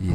以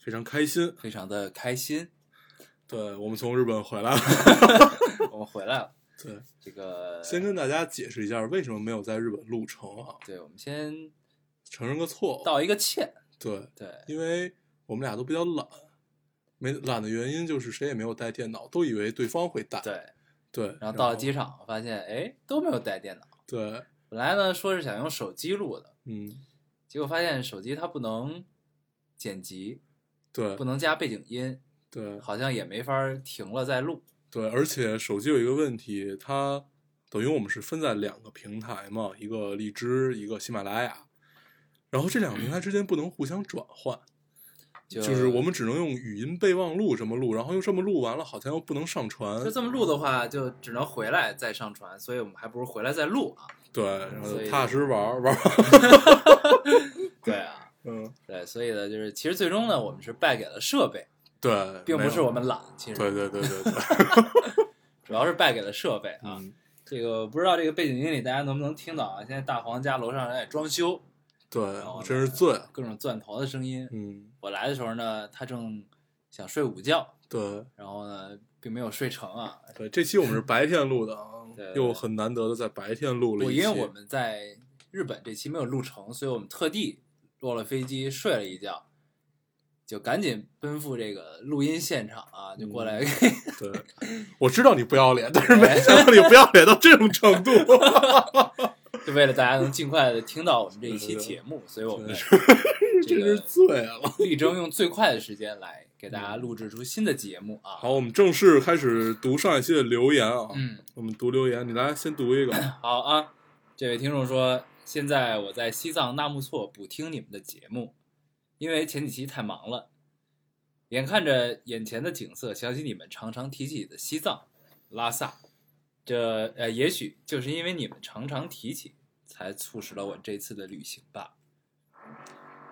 非常开心。非常的开心，对我们从日本回来 了，我们回来了。 对，这个先跟大家解释一下为什么没有在日本录成啊，对，我们先承认个错误。道一个歉。对，对，因为我们俩都比较懒，没懒的原因就是谁也没有带电脑，都以为对方会带。对，对，然后到了机场，我发现哎都没有带电脑。对，本来呢说是想用手机录的，嗯，结果发现手机它不能剪辑，对不，能加背景音，对，好像也没法停了再录。对，而且手机有一个问题，它等于我们是分在两个平台嘛，一个荔枝，一个喜马拉雅，然后这两个平台之间不能互相转换，就就是我们只能用语音备忘录这么录，然后又这么录完了，好像又不能上传就，这么录的话，就只能回来再上传，所以我们还不如回来再录啊。对，然后所以踏实玩儿玩儿，对啊，嗯，对，所以呢，就是其实最终呢，我们是败给了设备，对，并不是我们，们懒，其对实对对 对对，主要是败给了设备啊。嗯，这个不知道这个背景音里大家能不能听到啊？现在大黄家楼上人在装修，对，然后我呢真是醉，各种钻头的声音。嗯，我来的时候呢，他正想睡午觉，对然后呢，并没有睡成啊。对，这期我们是白天录的啊 对对，对又很难得的在白天录了我一期，因为我们在日本这期没有录成，所以我们特地落了飞机睡了一觉，就赶紧奔赴这个录音现场啊，就过嗯来、对，我知道你不要脸，但是没想到你不要脸到这种程度。 就为了大家能尽快的听到我们这一期节目，所以我们这真是个醉了。力争用最快的时间来给大家录制出新的节目啊。好，我们正式开始读上一期的留言啊。嗯，我们读留言，你来先读一个。好啊。这位听众说，现在我在西藏纳木错补听你们的节目，因为前几期太忙了，眼看着眼前的景色，想起你们常常提起的西藏、拉萨，这呃，也许就是因为你们常常提起，才促使了我这次的旅行吧。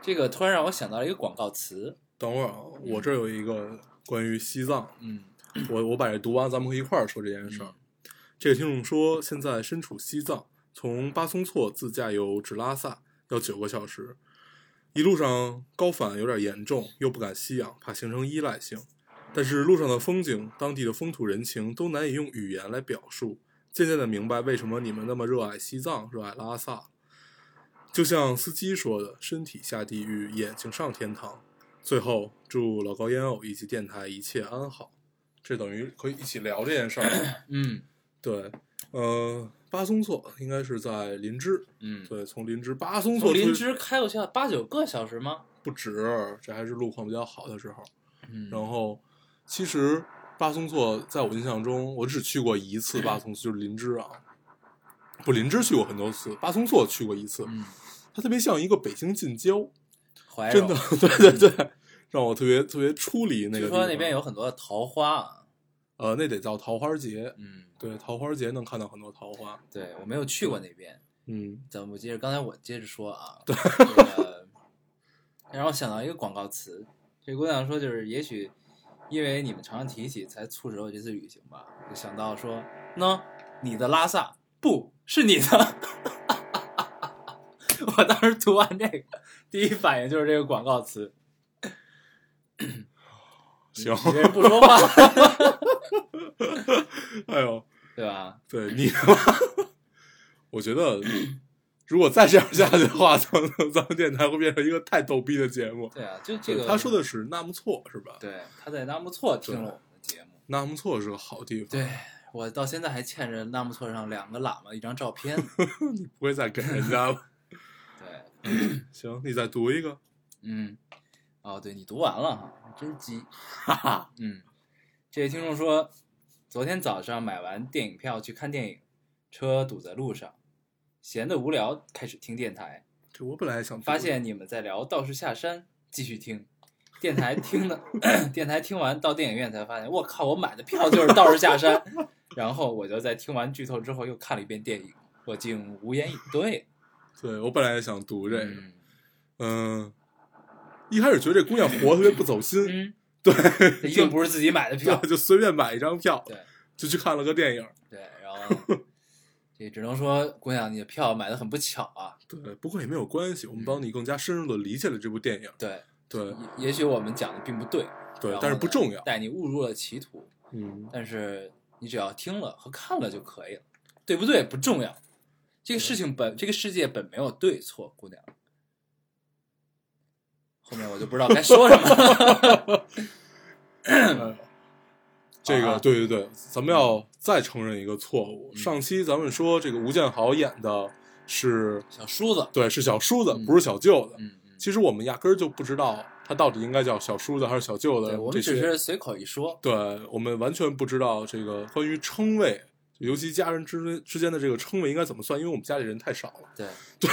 这个突然让我想到了一个广告词，等会儿啊，我这儿有一个关于西藏，嗯，我我把这读完，咱们可以一块儿说这件事儿。这个听众说，现在身处西藏，从巴松措自驾游至拉萨要九个小时，一路上高反有点严重，又不敢吸氧，怕形成依赖性。但是路上的风景、当地的风土人情都难以用语言来表述。渐渐的明白为什么你们那么热爱西藏、热爱拉萨。就像司机说的：“身体下地狱，眼睛上天堂。”最后，祝老高烟偶以及电台一切安好。这等于可以一起聊这件 事儿。嗯对，呃，巴松措应该是在林芝，嗯，对，从林芝巴松措从林推芝开过去要八九个小时吗？不止，这还是路况比较好的时候。嗯然后，其实巴松措在我印象中，我只去过一次巴松措，就是林芝啊，不，林芝去过很多次，巴松措去过一次，嗯，哎它特别像一个北京近郊，怀柔真的，对对对， 让我特别特别出离嗯那个据地方。说那边有很多的桃花啊。呃，那得叫桃花节，嗯，对，桃花节能看到很多桃花，对我没有去过那边。嗯咱们接着，刚才我接着说啊，对，这 个让我想到一个广告词，这姑娘说就是，也许因为你们常常提起，才促使我这次旅行吧。就想到说，呢，你的拉萨不是你的。 我当时读完这个，第一反应就是这个广告词，行，嗯你这不说话， 哎呦，对吧？对你，我觉得如果再这样下去的话，咱们咱们电台会变成一个太逗逼的节目。对啊，就这个他说的是纳木错是吧？对，他在纳木错听了我们的节目。纳木错是个好地方，对我到现在还欠着纳木错上两个喇嘛一张照片呢。不会再给人 家了。对，行，你再读一个。嗯，哦，对你读完了哈，真急。哈哈，嗯，这位听众说，昨天早上买完电影票去看电影，车堵在路上，闲得无聊，开始听电台，这我本来还想读发现你们在聊道士下山，继续听，电台听的， 电台听完到电影院才发现，我靠，我买的票就是《道士下山》， 然后我就在听完剧透之后又看了一遍电影，我竟无言以对。对我本来也想读这个，嗯嗯、一开始觉得这姑娘活得特别不走心，嗯， 对，这一定不是自己买的票就，就随便买一张票，对就去看了个电影。对，然 后这只能说姑娘，你的票买的很不巧啊。对，不过也没有关系，我嗯们帮你更加深入的理解了这部电影。对，对也也许我们讲的并不对，对然，后但是不呢重要。带你误入了歧途，嗯，但是你只要听了和看了就可以了，对不对？不重要。这个事情本这个世界本没有对错，姑娘。后面我就不知道该说什么 了。这好个啊对对对，咱们要再承认一个错误。嗯上期咱们说这个吴建豪演的是，小叔子，对，是小叔子，嗯不是小舅子。嗯嗯，其实我们压根儿就不知道他到底应该叫小叔子还是小舅对子我这们只些。是随口一说，对，我们完全不知道这个关于称谓，尤其家人之之间的这个称谓应该怎么算，因为我们家里人太少了，对，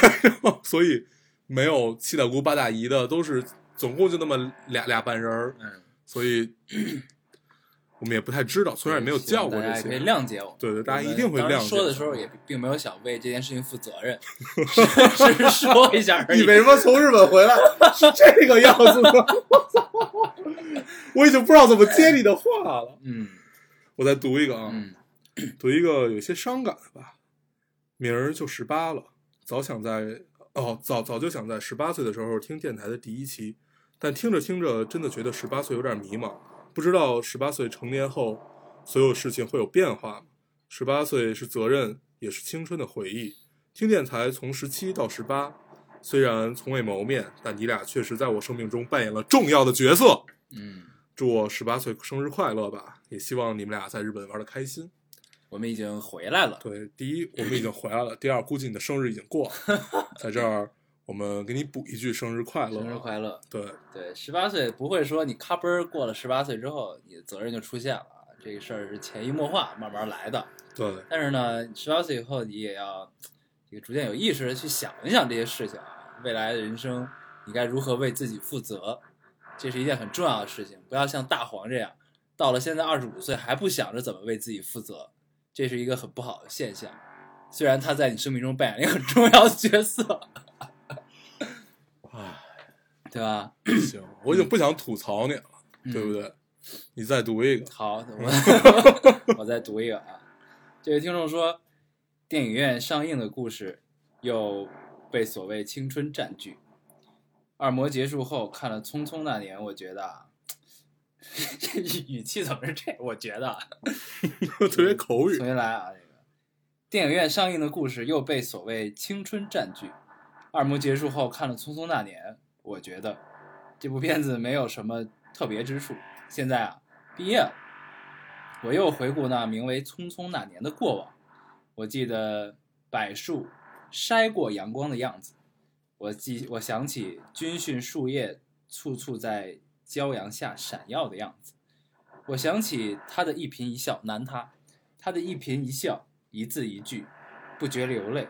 所以没有七大姑八大姨的，都是总共就那么俩俩半人儿，嗯，所以 我们也不太知道，虽然也没有希望叫过大这家也可以些。谅解我们。对对大家我们一定会当时谅解说的时候的也并没有想为这件事情负责 任，只是说一下而已。什么从日本回来是这个样子吗？ 我已经不知道怎么接你的话了。嗯我再读一个啊，嗯读一个有些伤感的吧。明儿就十八了，早想在哦，早早就想在十八岁的时候听电台的第一期，但听着听着，真的觉得十八岁有点迷茫，不知道十八岁成年后所有事情会有变化吗？十八岁是责任，也是青春的回忆。听电台从十七到十八，虽然从未谋面，但你俩确实在我生命中扮演了重要的角色。嗯，祝我十八岁生日快乐吧！也希望你们俩在日本玩的开心。我们已经回来了。对，第一我们已经回来了，第二估计你的生日已经过了，在这儿我们给你补一句生日快乐，啊生日快乐！对对，十八岁不会说你咔嘣儿过了十八岁之后，你的责任就出现了啊。这个事儿是潜移默化、慢慢来的。对但是呢，十八岁以后你也要这个逐渐有意识的去想一想这些事情啊，未来的人生你该如何为自己负责，这是一件很重要的事情。不要像大黄这样，到了现在二十五岁还不想着怎么为自己负责，这是一个很不好的现象。虽然他在你生命中扮演了一个很重要的角色，啊，对吧？ 嗯行，我已经不想吐槽你了，对不对？你再读一个， 好，我我再读一个啊。这位听众说，电影院上映的故事又被所谓青春占据。二模结束后看了《匆匆那年》，我觉得啊， 这语气怎么是这样？我觉得啊，特别口语重，新来啊，这个电影院上映的故事又被所谓青春占据。二模结束后看了《匆匆那年》，我觉得这部片子没有什么特别之处。现在啊，毕业了，我又回顾那名为《匆匆那年》的过往。我记得柏树筛过阳光的样子，我记我想起军训树叶簇簇在骄阳下闪耀的样子，我想起他的一颦一笑难他，他的一颦一笑，一字一句，不觉流泪。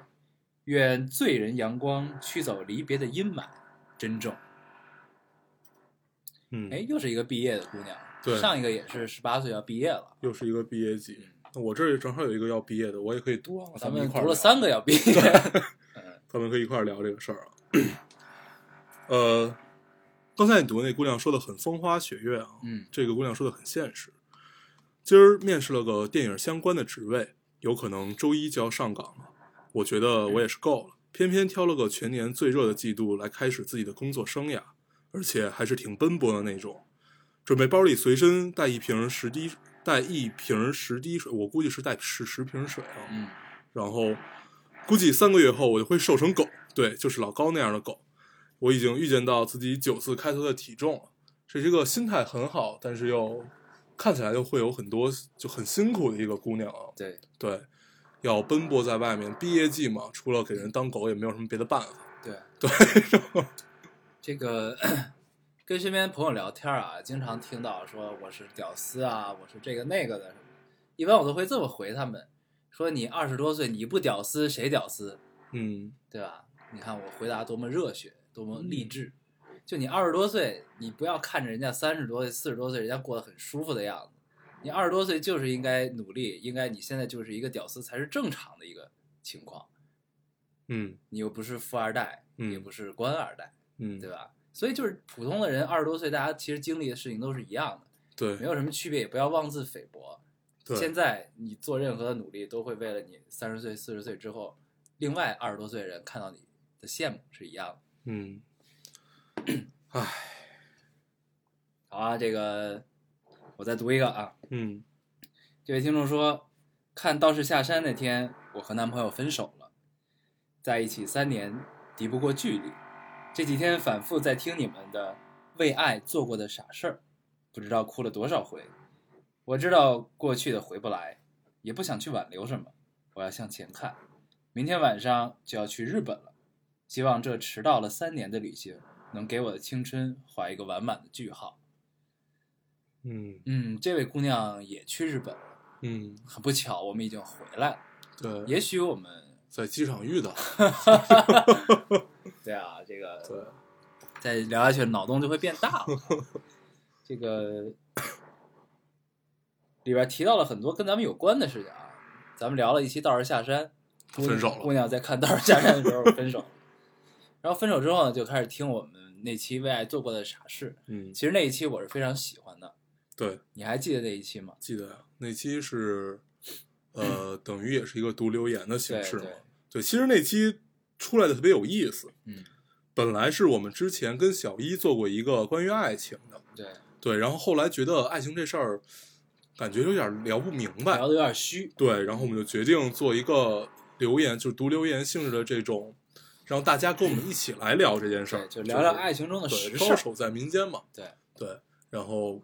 愿醉人阳光驱走离别的阴霾，珍重。嗯哎，，又是一个毕业的姑娘，对上一个也是十八岁要毕业了，又是一个毕业季，那我这儿正好有一个要毕业的，我也可以读啊，嗯咱们一们块儿读了聊三个要毕业，咱们可以一块儿聊这个事儿啊。 呃，刚才你读的那姑娘说的很风花雪月啊，嗯这个姑娘说的很现实。今儿面试了个电影相关的职位，有可能周一就要上岗了。我觉得我也是够了，偏偏挑了个全年最热的季度来开始自己的工作生涯，而且还是挺奔波的那种。准备包里随身带一瓶十滴，带一瓶十滴水，我估计是带十十瓶水啊。嗯然后估计三个月后我就会瘦成狗，对，就是老高那样的狗。我已经预见到自己九次开头的体重了，这是一个心态很好，但是又看起来又会有很多就很辛苦的一个姑娘啊。对，对，要奔波在外面，毕业季嘛，除了给人当狗，也没有什么别的办法。 对对， 这个 跟身边朋友聊天啊，经常听到说我是屌丝啊，我是这个那个的什么的，一般我都会这么回他们，说你二十多岁你不屌丝谁屌丝？嗯，嗯对吧？你看我回答多么热血，多么励志。就你二十多岁，你不要看着人家三十多岁、四十多岁，人家过得很舒服的样子。你二十多岁就是应该努力，应该你现在就是一个屌丝才是正常的一个情况。嗯你又不是富二代，嗯也不是官二代，嗯，对吧？所以就是普通的人，二十多岁，大家其实经历的事情都是一样的，对没有什么区别，也不要妄自菲薄。对现在你做任何的努力，都会为了你三十岁、四十岁之后，另外二十多岁的人看到你的羡慕是一样的。嗯，好啊，这个我再读一个啊。嗯这位听众说，看《道士下山》那天，我和男朋友分手了，在一起三年，敌不过距离。这几天反复在听你们的为爱做过的傻事儿，不知道哭了多少回。我知道过去的回不来，也不想去挽留什么，我要向前看。明天晚上就要去日本了，希望这迟到了三年的旅行能给我的青春画一个完满的句号。嗯嗯，这位姑娘也去日本了。嗯，很不巧，我们已经回来了。对，也许我们在机场遇到，对啊，这个对，再聊下去，脑洞就会变大 了。这个里边提到了很多跟咱们有关的事情啊。咱们聊了一期《道士下山》，姑分手了姑娘在看《道士下山》的时候分手了， 然后分手之后呢，就开始听我们那期为爱做过的傻事。嗯其实那一期我是非常喜欢的，对，你还记得那一期吗？记得啊那期是，呃，等于也是一个读留言的形对式嘛对。对，其实那期出来的特别有意思。嗯，本来是我们之前跟小一做过一个关于爱情的，对，对，然后后来觉得爱情这事儿，感觉有点聊不明白聊，的有点虚。对，然后我们就决定做一个留言，就是读留言性质的这种，让大家跟我们一起来聊这件事儿，对，就聊聊是爱情中的实对，事高儿。手在民间嘛，对对，然后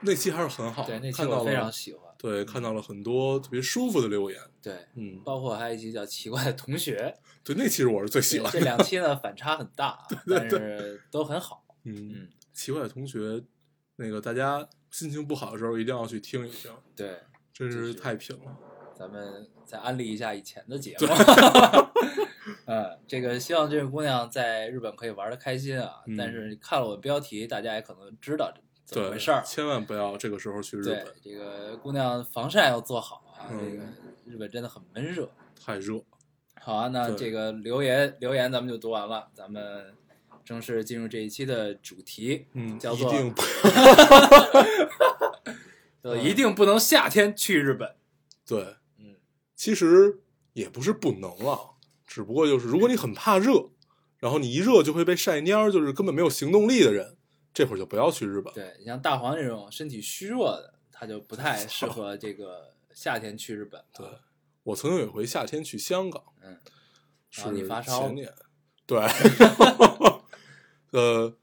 那期还是很好，对，那期哦看到我非常了，喜欢。对，看到了很多特别舒服的留言，对，嗯，包括还有一期叫《奇怪的同 学对，那期我是最》喜这，欢这的，两期呢反差很 大，啊但是都很好。嗯，嗯，奇怪的同学，那个大家心情不好的时候一定要去听一听，对，真就是是太品了，咱们再安利一下以前的节目。 嗯，这个希望这位姑娘在日本可以玩的开心啊！嗯但是看了我标题，大家也可能知道怎么对，回事儿。千万不要这个时候去日对本，，这个姑娘防晒要做好啊！嗯这个日本真的很闷热。太热，好啊，那对这个留言留言咱们就读完了，咱们正式进入这一期的主题，嗯，叫一做定不嗯呃，一定不能夏天去日本。对，嗯，其实也不是不能啊，只不过就是如果你很怕热，然后你一热就会被晒蔫儿，就是根本没有行动力的人，这会儿就不要去日本。对，你像大黄这种身体虚弱的，他就不太适合这个夏天去日本。对， 我曾经有一回夏天去香港，嗯，是啊你发烧了前年，对， 呃，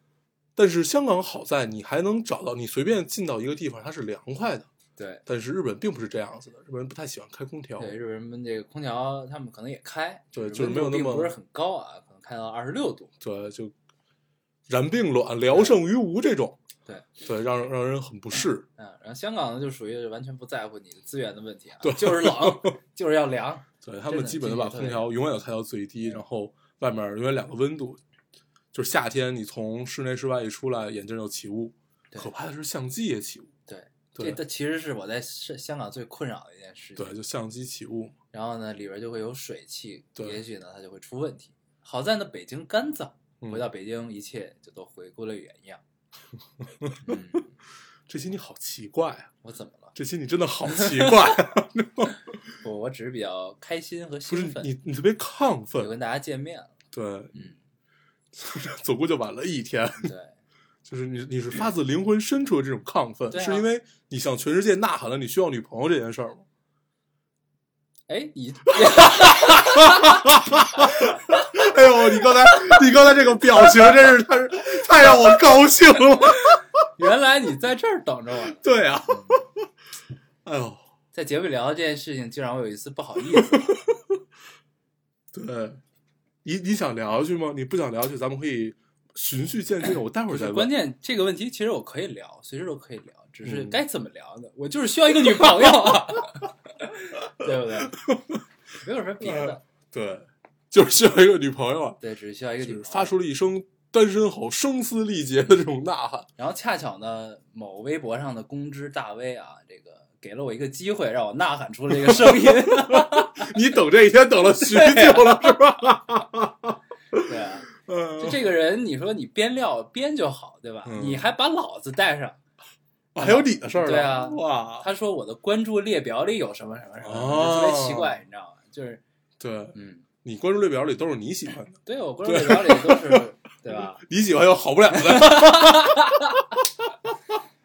但是香港好在你还能找到，你随便进到一个地方它是凉快的，对但是日本并不是这样子的，日本人不太喜欢开空调，对，日本人们这个空调他们可能也开，对只就是没有温度那并么不是很高啊，可能开到二十六度。对，就然并卵，聊胜于无这种，对对，让让人很不适。嗯，然后香港呢就属于完全不在乎你的资源的问题啊，对就是冷， 就是要凉。对他们基本都把空调永远开到最低，然后外面永远两个温度，就是夏天你从室内室外一出来，眼镜就起雾。对可怕的是相机也起雾，对，对这这其实是我在香香港最困扰的一件事情。对，就相机起雾嘛。然后呢，里边就会有水汽，对也许呢它就会出问题。好在呢，北京干燥，嗯回到北京一切就都回归了原样。 嗯，这期你好奇怪啊！我怎么了？这期你真的好奇怪、啊 我我只是比较开心和不是兴奋，你，你特别亢就奋，跟大家见面了。对，嗯， 走过就晚了一天， 对，就是你，你是发自灵魂深处的这种亢奋，对啊是因为你向全世界呐喊了你需要女朋友这件事儿 吗？哎，你 哎呦，你刚才，你刚才这个表情真是太太让我高兴了。 原来你在这儿等着我呢。对啊，嗯哎呦，在节目里聊到这件事情，竟让我有一丝不好意思。对，你你想聊下去吗？你不想聊下去，咱们可以循序渐进，我待会儿再问。关键这个问题其实我可以聊，随时都可以聊，只是嗯该怎么聊呢？我就是需要一个女朋友啊， 对不对？没有什么别的，对，就是需要一个女朋友啊，对，只是需要一个就女朋是友。发出了一声单身好声嘶力竭的这种呐 喊。然后恰巧呢，某微博上的公知大 V 啊，这个给了我一个机会，让我呐喊出了这个声音。 你等这一天等了许久了，是吧？对啊，就嗯，啊这个人，你说你编料编就好，对吧？嗯你还把老子带上。还有你的事儿呢对啊哇，他说我的关注列表里有什么什么什么，哦我就特别奇怪，你知道吗？就是对嗯，你关注列表里都是你喜欢的，对我关注列表里都是对吧？你喜欢有好不了的。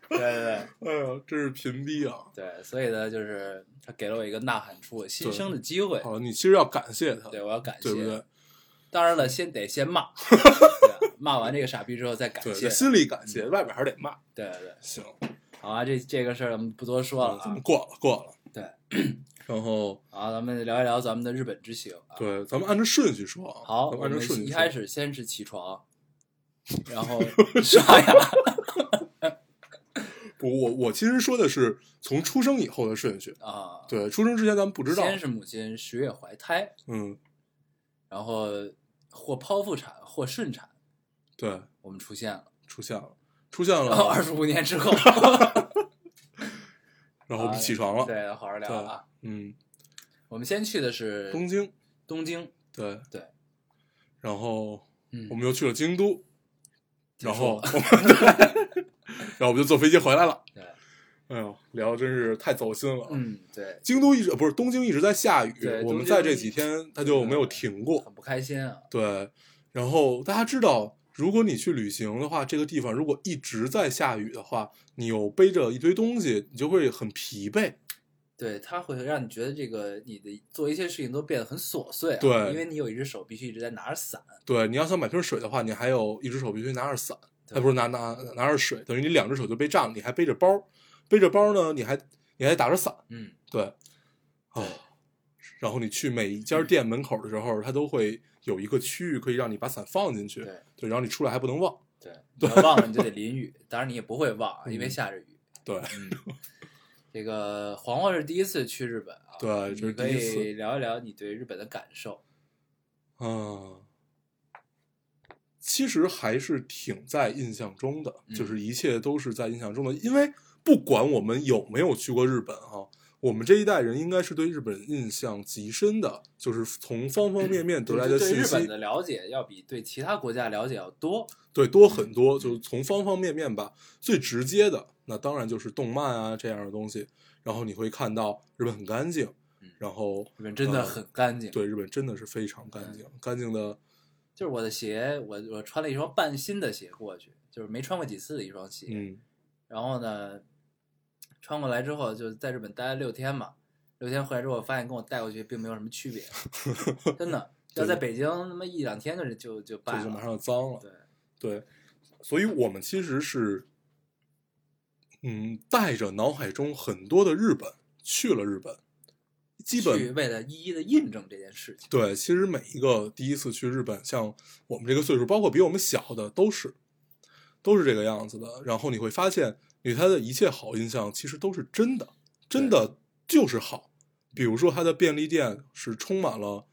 对对对。哎呀，真是贫逼啊！对，所以呢，就是他给了我一个呐喊出我心对声的机会，好哦了，你其实要感谢他，对我要感谢。对不对？当然了，先得先 骂，对啊骂完这个傻逼之后再感对，谢嗯在。心里感谢，外边还是得骂。对对，行，好啊，这这个事儿我们不多说了咱啊们，过了过了。对，然后啊，咱们聊一聊咱们的日本之行啊。，对，咱们按照顺序说啊。好，咱我们按照们顺序一说。开始先是起床，然 后刷牙，不，我我其实说的是从出生以后的顺序。啊，，对，出生之前咱们不知道。先是母亲十月怀胎，嗯，然后或剖腹产或顺产，对，我们出现了，出现了，出现了。 二十五年之 后，啊然后我们起床了。哎对，好好聊啊。嗯，我们先去的是东京，东京，对对，然后嗯我们又去了京都，结束然后我们，然后我们就坐飞机回来了。对，哎呦，聊得真是太走心了。，嗯，对，京都一直不是东京一直在下对雨，我东们京嗯在这几天它就没有停过。很不开心啊。对，然后大家知道，如果你去旅行的话，这个地方如果一直在下雨的话，你又背着一堆东西，你就会很疲惫。对，它会让你觉得这个你的做一些事情都变得很琐碎、啊，对因为你有一只手必须一直在拿着伞，对，你要想买瓶水的话，你还有一只手必须拿着伞，对哎，不是拿拿拿着水，等于你两只手就被占了，你还背着包，背着包呢，你还你还打着伞，嗯，对，啊、然后你去每一家店门口的时候，它都会有一个区域可以让你把伞放进去，对然后你出来还不能忘，对， 你要忘了你就得淋雨，当然你也不会忘啊，因为嗯下着雨。对， 嗯，这个黄黄是第一次去日本啊，对这你是可第一次以聊一聊你对日本的感受，嗯，其实还是挺在印象中的，嗯就是一切都是在印象中的。因为不管我们有没有去过日本啊，我们这一代人应该是对日本印象极深的，就是从方方面面得来就的 对信日息，本的了解要比对其他国家了解要多，对嗯多很多，就是从方方面面吧。最直接的，那当然就是动漫啊这样的东西。然后你会看到日本很干净嗯，然后日本真的呃很干净。对日本真的是非常嗯干净，干净的就是我的鞋，我我穿了一双半新的鞋过去，就是没穿过几次的一双鞋。嗯然后呢，穿过来之后就在日本待了六天嘛，六天回来之后发现跟我带过去并没有什么区别，真 的。要在北京那么一两天就就就败这就马了。上脏了。对，对，所以我们其实是，嗯，带着脑海中很多的日本去了日本，基去本为了一一的印证这件事情。对，其实每一个第一次去日本，像我们这个岁数，包括比我们小的，都是都是这个样子的。然后你会发现，你对他的一切好印象其实都是真的，真的就是好。比如说，它的便利店是充满了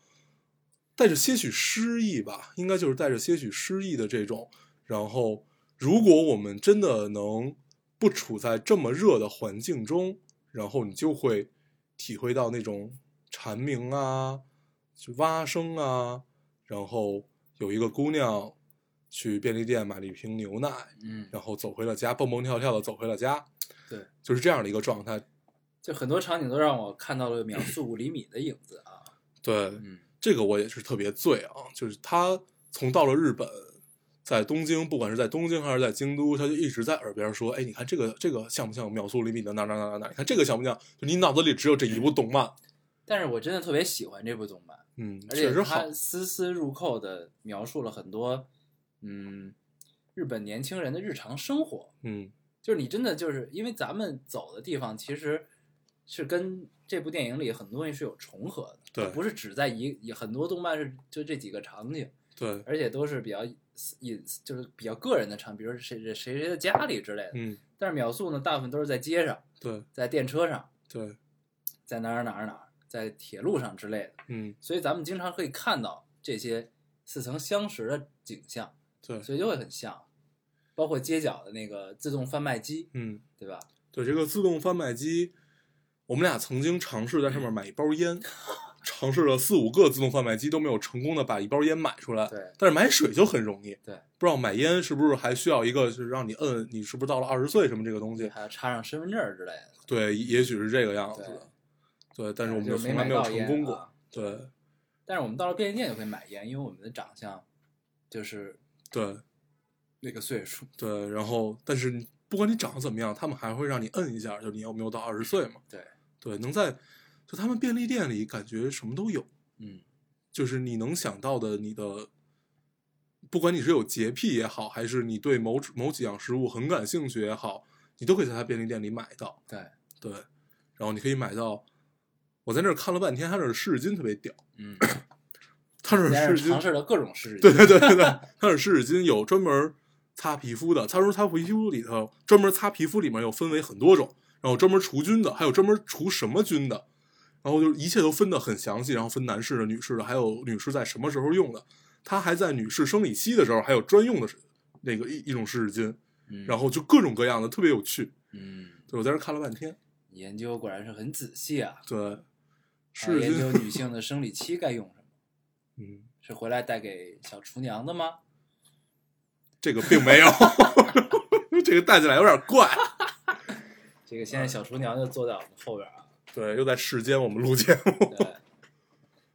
带着些许诗意吧，应该就是带着些许诗意的这种。然后，如果我们真的能不处在这么热的环境中，然后你就会体会到那种蝉鸣啊、就蛙声啊，然后有一个姑娘去便利店买了一瓶牛奶，嗯，然后走回了家，蹦蹦跳跳的走回了家，对，就是这样的一个状态。就很多场景都让我看到了秒速五厘米的影子啊。对，嗯，这个我也是特别醉啊，就是他从到了日本，在东京，不管是在东京还是在京都，他就一直在耳边说：“哎，你看这个这个像不像秒速厘米的哪哪哪哪哪？你看这个像不像？就你脑子里只有这一部动漫。但是我真的特别喜欢这部动漫。”嗯，而且确实好他。丝丝入扣的描述了很多，嗯，日本年轻人的日常生活。嗯，就是你真的就是因为咱们走的地方其实是跟这部电影里很多东西是有重合的，对它不是只在一也很多动漫是就这几个场景，对，而且都是比较隐就是比较个人的场景，比如说谁谁谁谁的家里之类的。嗯，但是秒速呢，大部分都是在街上，对在电车上，对，在哪儿哪儿哪儿，在铁路上之类的。嗯所以咱们经常可以看到这些似曾相识的景象，对，所以就会很像，包括街角的那个自动贩卖机，嗯，对吧？对，这个自动贩卖机，我们俩曾经尝试在上面买一包烟，尝试了四五个自动贩卖机都没有成功的把一包烟买出来。对但是买水就很容易。对，不知道买烟是不是还需要一个，就是让你摁你是不是到了二十岁什么这个东西？还要插上身份证儿之类的，对，也许是这个样子的。对，但是我们就从来买没有到成烟功啊过。对但是我们到了便利店就可以买烟，因为我们的长相就是对那个岁数。对，然后但是你不管你长得怎么样，他们还会让你摁一下，就你有没有到二十岁嘛？对，对，能在就他们便利店里感觉什么都有。嗯，就是你能想到的，你的，不管你是有洁癖也好，还是你对某某几样食物很感兴趣也好，你都可以在它便利店里买到。对，对，然后你可以买到，我在那儿看了半天，它这儿湿纸巾特别屌， 嗯，它这儿但湿是纸尝巾，试了各种试对剂，对对对对，它这湿纸巾有专门擦皮肤的，他说擦皮肤里头专门擦皮肤里面有分为很多种，然后专门除菌的，还有专门除什么菌的，然后就一切都分得很详细，然后分男士的、女士的，还有女士在什么时候用的。它还在女士生理期的时候还有专用的那个一一种湿纸巾，嗯然后就各种各样的，特别有趣。嗯，对我在这看了半天，研究果然是很仔细 啊，对，还有湿纸 研究巾，女性的生理期该用什么，嗯，是回来带给小厨娘的吗？这个并没有， 这个带起来有点怪。这个现呃在小厨娘就坐在我们后边 啊，对，又在世间我们录节目，对，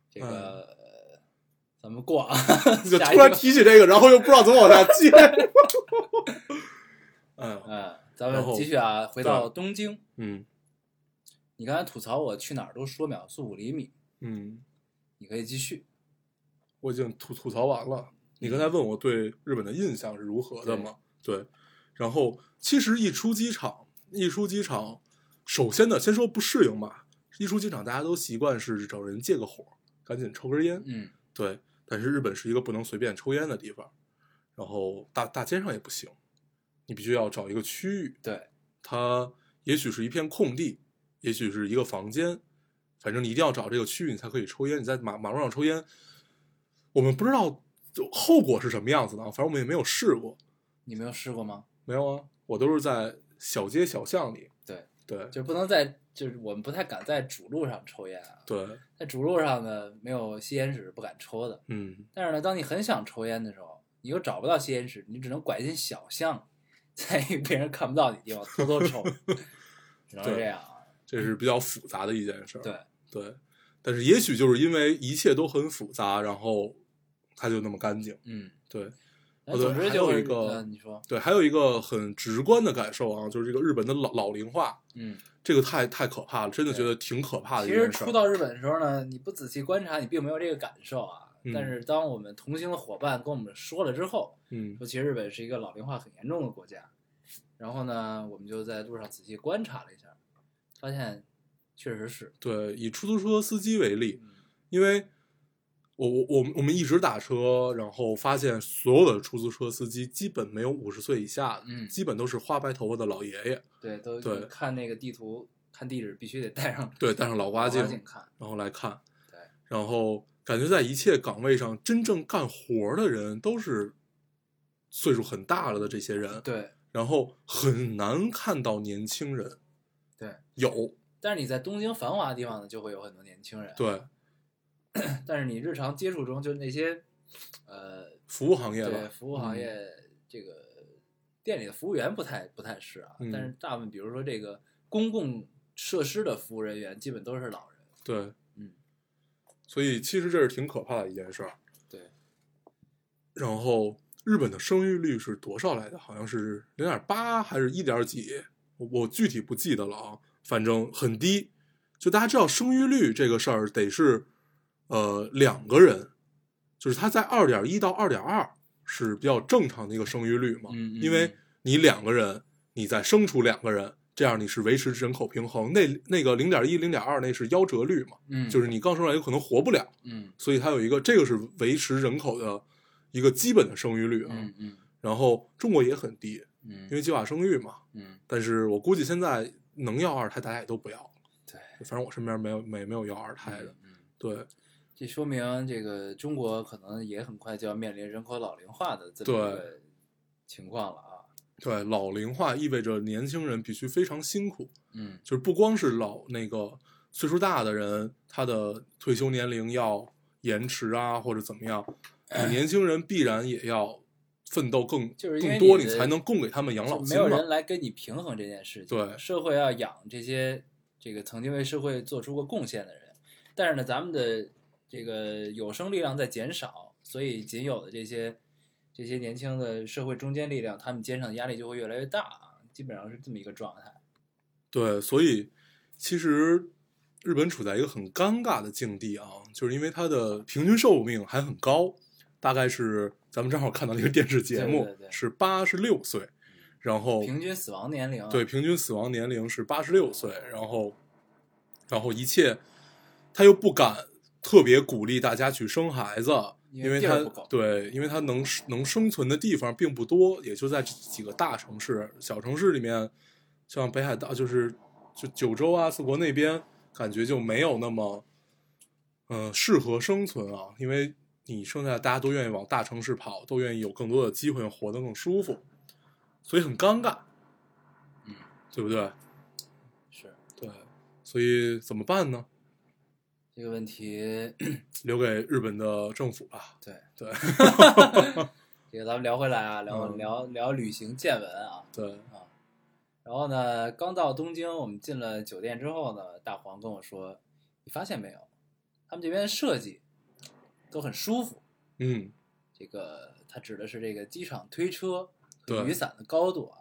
这个、呃咱们过啊，嗯 就 下一突然个提起这个，然后又不知道怎么往下 接。哎呦，嗯，咱们然后继续啊，回到东京。嗯你刚才吐槽我去哪儿都说秒速五厘米，嗯，你可以继续。我已经吐吐槽完了。你刚才嗯问我对日本的印象是如何的嘛？对，然后其实一出机场，一出机场，首先呢，先说不适应吧。一出机场，大家都习惯是找人借个火，赶紧抽根烟。嗯对，但是日本是一个不能随便抽烟的地方，然后大大街上也不行，你必须要找一个区域，对，它也许是一片空地，也许是一个房间，反正你一定要找这个区域，你才可以抽烟。你在马马路上抽烟，我们不知道就后果是什么样子的啊，反正我们也没有试过，你没有试过吗？没有啊，我都是在小街小巷里，对，对就是不能在，就是我们不太敢在主路上抽烟啊。对，在主路上呢，没有吸烟室是不敢抽的。嗯，但是呢，当你很想抽烟的时候，你又找不到吸烟室，你只能拐进小巷，在一个别人看不到你的地方偷偷 抽，只能是这样啊。这是比较复杂的一件事儿，对，对，但是也许就是因为一切都很复杂，然后它就那么干净。嗯，对那哦对总之还就有是一个嗯你说，对，还有一个很直观的感受啊，就是这个日本的老老龄化，嗯，这个太太可怕了，真的觉得挺可怕的一其实件事初儿。到日本的时候呢，你不仔细观察，你并没有这个感受啊。嗯但是当我们同行的伙伴跟我们说了之后，嗯说其实日本是一个老龄化很严重的国家。然后呢，我们就在路上仔细观察了一下，发现确实是，对，以出租车司机为例，嗯因为我我我们我们一直打车，然后发现所有的出租车司机基本没有五十岁以下的，嗯基本都是花白头发的老爷爷，对，都对看那个地图看地址必须得带上对，戴上老花花镜，镜看，然后来看，对，然后感觉在一切岗位上真正干活儿的人都是岁数很大了的这些人，对然后很难看到年轻人对。有但是你在东京繁华的地方呢，就会有很多年轻人。对但是你日常接触中，就是那些，呃，服务行业对吧，嗯服务行业这个店里的服务员不太不太是啊，嗯但是大部分比如说这个公共设施的服务人员基本都是老人。对，嗯，所以其实这是挺可怕的一件事儿。对，然后日本的生育率是多少来的？好像是零点八还是一点几？我我具体不记得了啊，反正很低。就大家知道生育率这个事儿得是，呃，两个人，就是它在二点一到二点二是比较正常的一个生育率嘛，嗯嗯因为你两个人，你再生出两个人，这样你是维持人口平衡。那那个零点一、零点二那是夭折率嘛，嗯就是你刚生出来有可能活不了，嗯所以它有一个这个是维持人口的一个基本的生育率啊。嗯嗯然后中国也很低，嗯，因为计划生育嘛。嗯但是我估计现在能要二胎，大家也都不要了。对反正我身边没有没没有要二胎的。嗯，对，这说明这个中国可能也很快就要面临人口老龄化的这么一个情况了啊。对，老龄化意味着年轻人必须非常辛苦，嗯就是不光是老那个岁数大的人，他的退休年龄要延迟啊，或者怎么样， 你年轻人必然也要奋斗更就是因为更多，你你的才能供给他们养老就没金有嘛人。来跟你平衡这件事情。对社会要养这些这个曾经为社会做出过贡献的人，但是呢，咱们的这个有生力量在减少，所以仅有的这些这些年轻的社会中坚力量，他们肩上的压力就会越来越大啊，基本上是这么一个状态。对，所以其实日本处在一个很尴尬的境地啊，就是因为它的平均寿命还很高，大概是咱们正好看到那个电视节目对对对是八十六岁，然后平均死亡年龄、啊、哦对，平均死亡年龄是八十六岁，然后，然后一切，他又不敢特别鼓励大家去生孩子，因为因为地他儿不够对，因为他能能生存的地方并不多，也就在这几个大城市，小城市里面，像北海道就是就九州啊、四国那边，感觉就没有那么，嗯、适合生存啊，因为你生下来大家都愿意往大城市跑，都愿意有更多的机会活得更舒服，所以很尴尬，嗯，对不对？是对，所以怎么办呢？这个问题， 留给日本的政府吧。对对 这个咱们聊回来啊，聊、嗯聊聊旅行见闻啊。对，然后呢，刚到东京，我们进了酒店之后呢，大黄跟我说：“你发现没有，他们这边设计都很舒服。嗯，这个他指的是这个机场推车对和雨伞的高度啊。”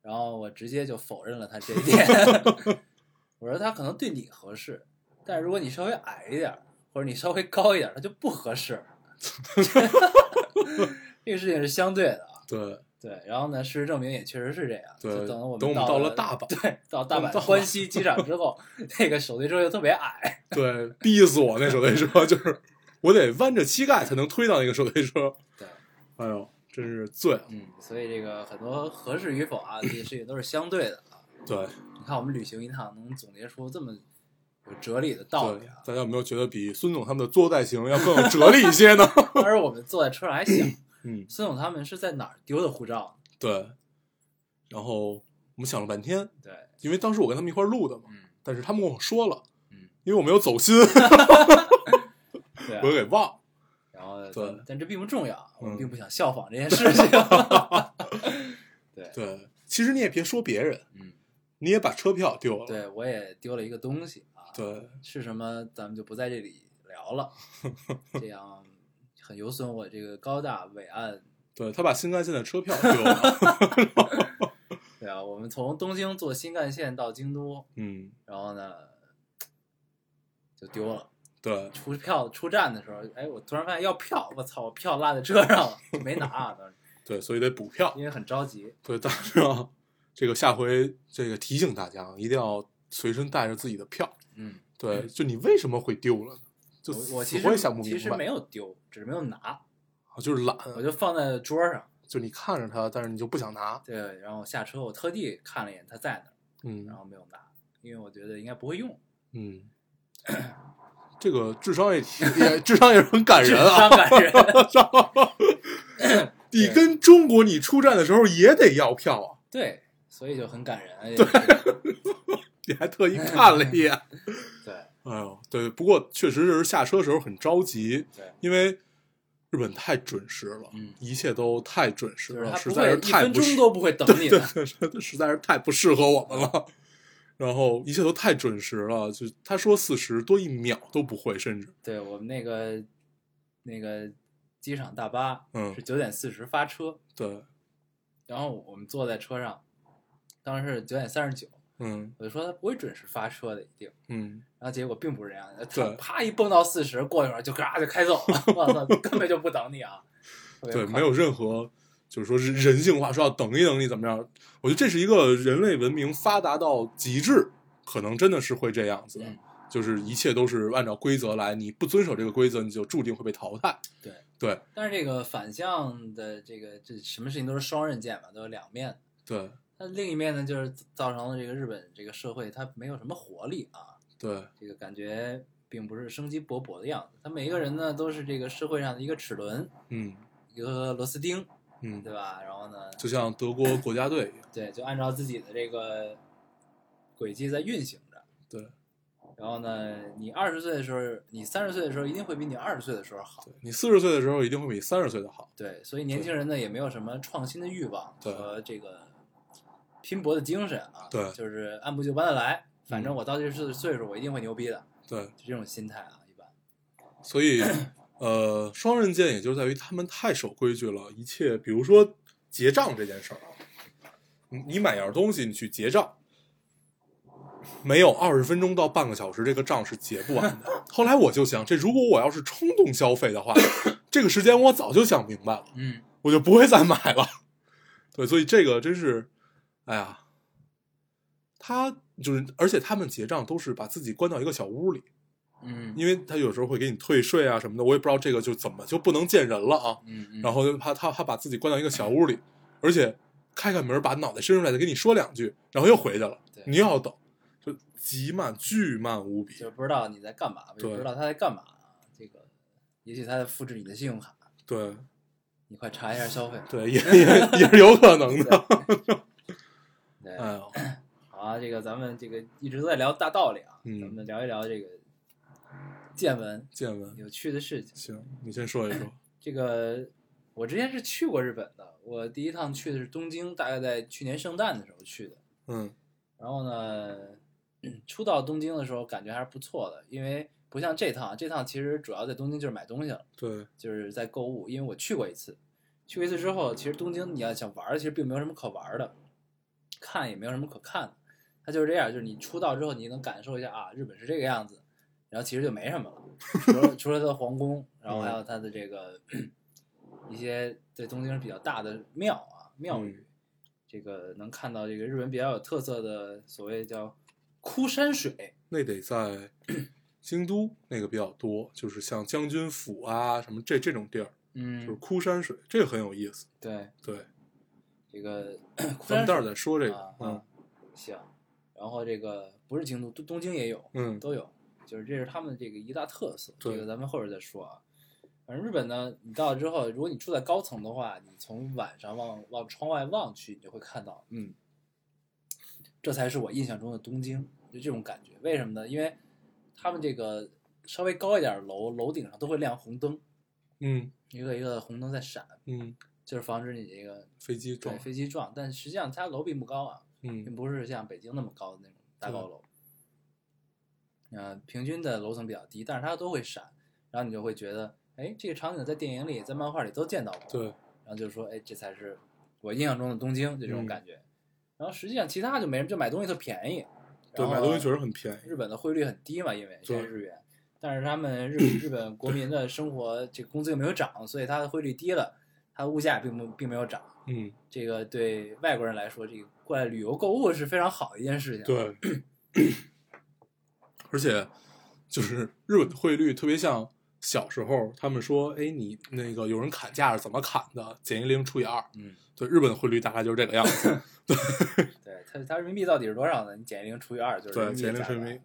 然后我直接就否认了他这一点。 我说他可能对你合适，但是如果你稍微矮一点儿，或者你稍微高一点儿，他就不合适。 这个事情是相对的啊。对，对，然后呢，事实证明也确实是这样。对就等我们等我们到到了大阪对，到大我们到阪了关西机场之 后，那个手推车就特别矮，对，逼死我那手推车，就是 我得弯着膝盖才能推到那个手推车。对，哎呦，真是醉了。嗯，所以这个很多合适与否啊，这些事情都是相对的啊。对，你看我们旅行一趟，能总结出这么有哲理的道理对啊，，大家有没有觉得比孙总他们的作带型要更有哲理一些呢？ 当时我们坐在车上还想，嗯，孙总他们是在哪儿丢的护照呢？对。然后我们想了半天，对，因为当时我跟他们一块儿录的嘛，嗯但是他们跟我说了，嗯，因为我没有 走心，对、啊我，给忘了。然后对但但这并不重要，啊我们嗯并不想效仿 这件事情。对，对，其实你也别说别人，嗯，你也把车票丢了。对我也丢了一个东西啊，对是什么，咱们就不在这里聊 了，这样很有损我这个高大伟岸。对他把新干线的车票丢了。 对啊，我们从东京坐新干线到京都，嗯，然后呢就丢了。对出票出站的时候，哎，我突然发现要票，我操，我票落在车上了，没拿啊，当时对，所以得补票。因为很着急。对，但是啊，这个下回这个提醒大家啊，一定要随身带着自己的票。嗯，对，就你为什么会丢了呢？就我我死其活也想实不其明实白没，有丢，只是没有拿，啊就是懒，我就放在桌上。就你看着它，但是你就不想拿。对，然后下车我特地看了一眼他在哪儿，嗯然后没有拿，因为我觉得应该不会用。嗯，这个智商也挺也智商也是很感人啊。伤感人。 你跟中国你出站的时候也得要票啊，对，所以就很感 人。啊对你还特意看了一眼。对哎呦，对，不过确实是下车时候很着急，对，因为日本太准时了，嗯一切都太准时就是了，他实不在会是一太分不适钟，都不 会等你对 的。，实在是太不适合我们了。然后一切都太准时了，就他说四十多一秒都不会，甚至对我们那个那个机场大巴，嗯是九点四十发车，对，然后我们坐在车上，当时是九点三十九，嗯我就说他不会准时发车的，一定。嗯，然后结果并不是这样的，他对啪一蹦到四十，过一会儿就嘎就开走了，我操，根本就不等你 啊！特别对，快没有任何就是说人人性化，说要等一等你怎么样？我觉得这是一个人类文明发达到极致，可能真的是会这样子的，嗯就是一切都是按照规则来，你不遵守这个规则，你就注定会被淘汰。对对但是这个反向的这个这什么事情都是双刃剑嘛，都有两面的。对那另一面呢，就是造成了这个日本这个社会它没有什么活力啊，对这个感觉并不是生机勃勃的样子。他每一个人呢，都是这个社会上的一个齿轮，嗯一个螺丝钉，嗯，对吧？然后呢，就像德国国家队一样，对，就按照自己的这个轨迹在运行着。对然后呢，你二十岁的时候，你三十岁的时候，一定会比你二十岁的时候好。对，你四十岁的时候一定会比三十岁的好，对，所以年轻人呢也没有什么创新的欲望对和这个拼搏的精神啊，对嗯就是按部就班的来，反正我到这岁岁数，我一定会牛逼的，对，就这种心态啊，一般。所以呃，双刃剑也就是在于他们太守规矩了，一切，比如说结账这件事儿啊，你你买样东西，你去结账。没有二十分钟到半个小时，这个账是结不完的。后来我就想，这如果我要是冲动消费的话，这个时间我早就想明白了。嗯，我就不会再买了。对，所以这个真是，哎呀，他就是，而且他们结账都是把自己关到一个小屋里，嗯因为他有时候会给你退税啊什么的，我也不知道这个就怎么就不能见人了啊。嗯嗯，然后就他他他把自己关到一个小屋里，而且开开门把脑袋伸出来再跟你说两句，然后又回去了对，你又要等，就极慢巨慢无比。就不知道你在干嘛，也对不知道他在干嘛，啊这个也许他在复制你的信用卡，对你快查一下 消费。对，也也也是有可 能的。对，哎呦，好啊，这个咱们这个一直都在聊大道理啊，嗯咱们聊一聊这个见闻见闻，有趣的事情。行，你先说一说。这个我之前是去过日本的，我第一趟去的是东京，大概在去年圣诞的时候去的。嗯然后呢，嗯初到东京的时候感觉还是不错的，因为不像这趟，这趟其实主要在东京就是买东西了，对，就是在购物。因为我去过一次，去过一次之后，其实东京你要想玩儿，其实并没有什么可玩儿的，看也没有什么可看的。它就是这样，就是你出道之后，你能感受一下啊，日本是这个样子，然后其实就没什么了，除了除了它的皇宫，然后还有它的这个 一些在东京比较大的庙啊庙宇，嗯这个能看到这个日本比较有特色的所谓叫枯山水，那得在 京都那个比较多，就是像将军府啊什么这这种地儿，就是嗯，枯山水，这个很有意思。对，对，这个枯山咱们待会水儿再说这啊个。嗯啊行，然后这个不是京都，东东京也有，嗯都有，就是这是他们这个一大特色。这对个咱们后边再说啊。反正日本呢，你到了之后，如果你住在高层的话，你从晚上往往窗外望去，你就会看到，嗯，这才是我印象中的东京，就这种感觉。为什么呢？因为他们这个稍微高一点的楼，楼顶上都会亮红灯，嗯一个一个红灯在闪，嗯，就是防止你这个飞机对撞，飞机撞。但实际上它楼并不高啊，并嗯不是像北京那么高的那种大高楼。呃，平均的楼层比较低，但是它都会闪，然后你就会觉得，哎，这个场景在电影里、在漫画里都见到过。对，然后就说，哎，这才是我印象中的东京，就这种嗯感觉。然后实际上其他就没什么，就买东西特便宜。对，然买后东西确实很便宜。日本的汇率很低嘛，因为现在对日元，但是他们日日本国民的生活这个工资又没有涨，所以它的汇率低了，它物价并不并没有涨。嗯，这个对外国人来说，这个过来旅游购物是非常好的一件事情。嗯对， 而且就是日本的汇率特别像小时候他们说，哎，你那个有人砍价是怎么砍的？减一零除以二。嗯，对，日本的汇率大概就是这个样子。对，它它人民币到底是多少呢？你减一零除以二就是人民对，币减的龄价格水平，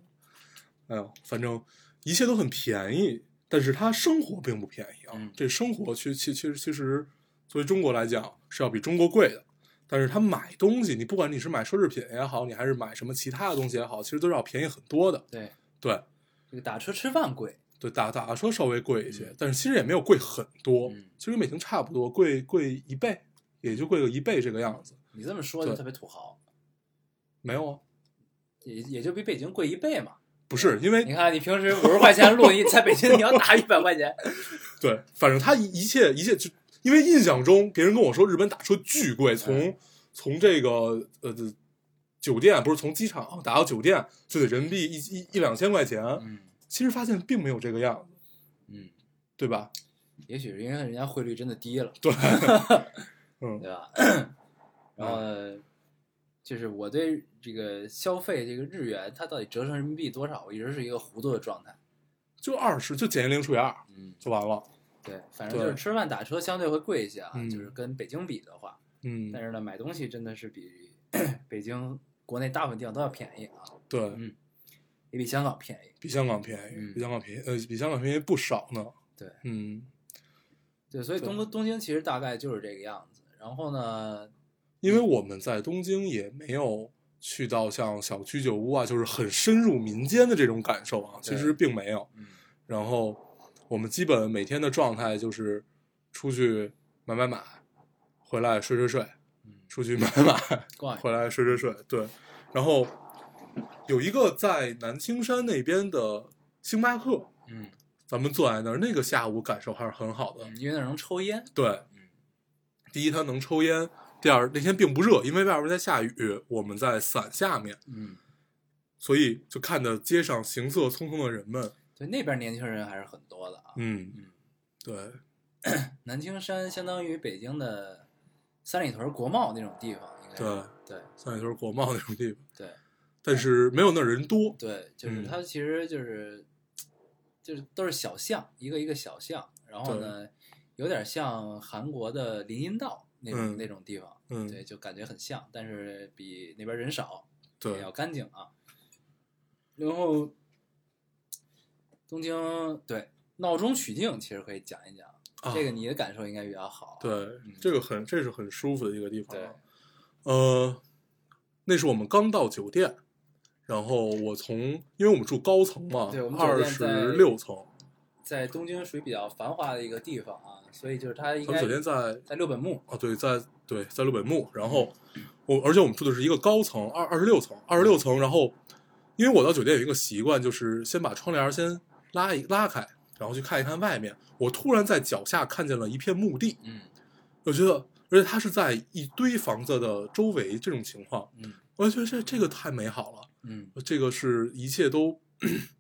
哎呦，反正一切都很便宜，但是它生活并不便宜啊。嗯这生活其其其实其实作为中国来讲是要比中国贵的，但是它买东西，你不管你是买奢侈品也好，你还是买什么其他的东西也好，其实都是要便宜很多的。对，对这个打车吃饭贵。对，打打车稍微贵一些，但是其实也没有贵很多，嗯其实每天差不多贵贵一倍，也就贵个一倍这个样子。你这么说就对特别土豪，没有啊，也也就比北京贵一倍嘛。不是因为你看，你平时五十块钱录音，在北京你要打一百块钱，对，反正他一一切一切就，因为印象中别人跟我说日本打车巨贵，哎从、从这个呃酒店不是从机场打到酒店就得人民币一一一两千块钱，嗯其实发现并没有这个样子，嗯，对吧？也许是因为人家汇率真的低了，对，嗯对吧？然后就是我对这个消费这个日元它到底折成人民币多少，我一直是一个糊涂的状态。就二十就减一零除以二嗯，就完了。对，反正就是对吃饭打车相对会贵一些啊，嗯就是跟北京比的话，嗯，但是呢，买东 西真的是比北京国内大部分地方都要便宜啊。对，嗯也比香港便宜。比香港便宜，嗯比香港便宜，呃，比香港便宜不少呢。对，嗯，对，所以东东京其实大概就是这个样子。然后呢，因为我们在东京也没有去到像小居酒屋啊，就是很深入民间的这种感受啊，对其实并没有。嗯，然后我们基本每天的状态就是出去买买买，回来睡睡睡，嗯出去买买，逛一回来睡睡睡。对，然后有一个在南青山那边的星巴克，嗯，咱们坐在那儿，那个下午感受还是很好的。嗯因为那儿能抽烟，对嗯，第一它能抽烟，第二那天并不热，因为外边在下雨，我们在伞下面，嗯，所以就看着街上行色匆匆的人们。对，那边年轻人还是很多的啊。嗯嗯，对，南青山相当于北京的三里屯国贸那种地方，应该是对三里屯国贸那种地方，对但是没有那儿人多。对，就是嗯它其实就是、就是都是小巷，一个一个小巷，然后呢，有点像韩国的林荫道那种、嗯那种地方，嗯对，就感觉很像，但是比那边人少，也对要，干净啊。然后东京对闹中取静，其实可以讲一讲，啊这个你的感受应该比较好。对，这个很这是很舒服的一个地方对啊。呃，那是我们刚到酒店，然后我从因为我们住高层嘛对我，们酒二店在十六层，在东京属于比较繁华的一个地方啊，所以就是它应咱该们酒店在在六本木，啊，对，在对在六本木，然后嗯我而且我们住的是一个高层，二二十六层，二十六层，然后因为我到酒店有一个习惯，就是先把窗帘儿先拉一拉开，然后去看一看外面。我突然在脚下看见了一片墓地，嗯我觉得，而且它是在一堆房子的周围这种情况，嗯我就觉得这这个太美好了。嗯，这个是一切都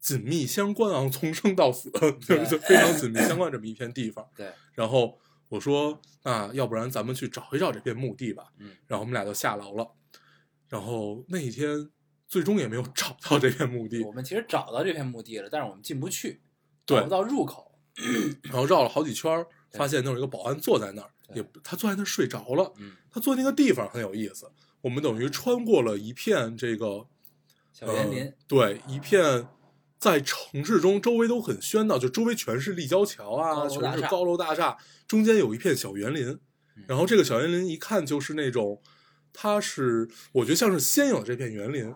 紧密相关啊，从生到死， 就对是非常紧密相关这么一片地方。对，然后我说，那要不然咱们去找一找这片墓地吧。嗯，然后我们俩就下楼了。然后那一天最终也没有找到这片墓地我，们其实找到这片墓地了，但是我们进不去，对找不到入口。然后绕了好几圈儿，对发现那有一个保安坐在那儿，对也不他坐在那儿睡着了。嗯，他坐那个地方很有意思，我们等于穿过了一片这个小园林呃，对，一片在城市中周围都很喧闹，就周围全是立交桥高楼啊，大全是厦高楼大厦，中间有一片小园林嗯。然后这个小园林一看就是那种，它是我觉得像是先有这片园林，嗯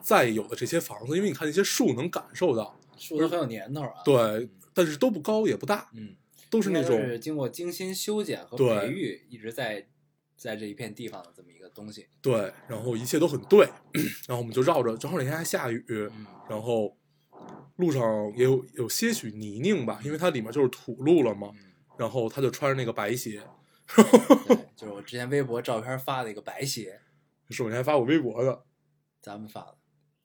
再有的这些房子，因为你看那些树能感受到，树都很有年头啊。，对，但是都不高也不大，嗯，都是那应该是种经过精心修剪和对培育，一直在在这一片地方的这么一个东西。对，然后一切都很对， 然后我们就绕着，正好那天还下雨，嗯然后路上也有有些许泥泞吧，因为它里面就是土路了嘛。嗯，然后他就穿着那个白鞋，对，就是我之前微博照片发的一个白鞋，是我那天还发我微博的咱们发的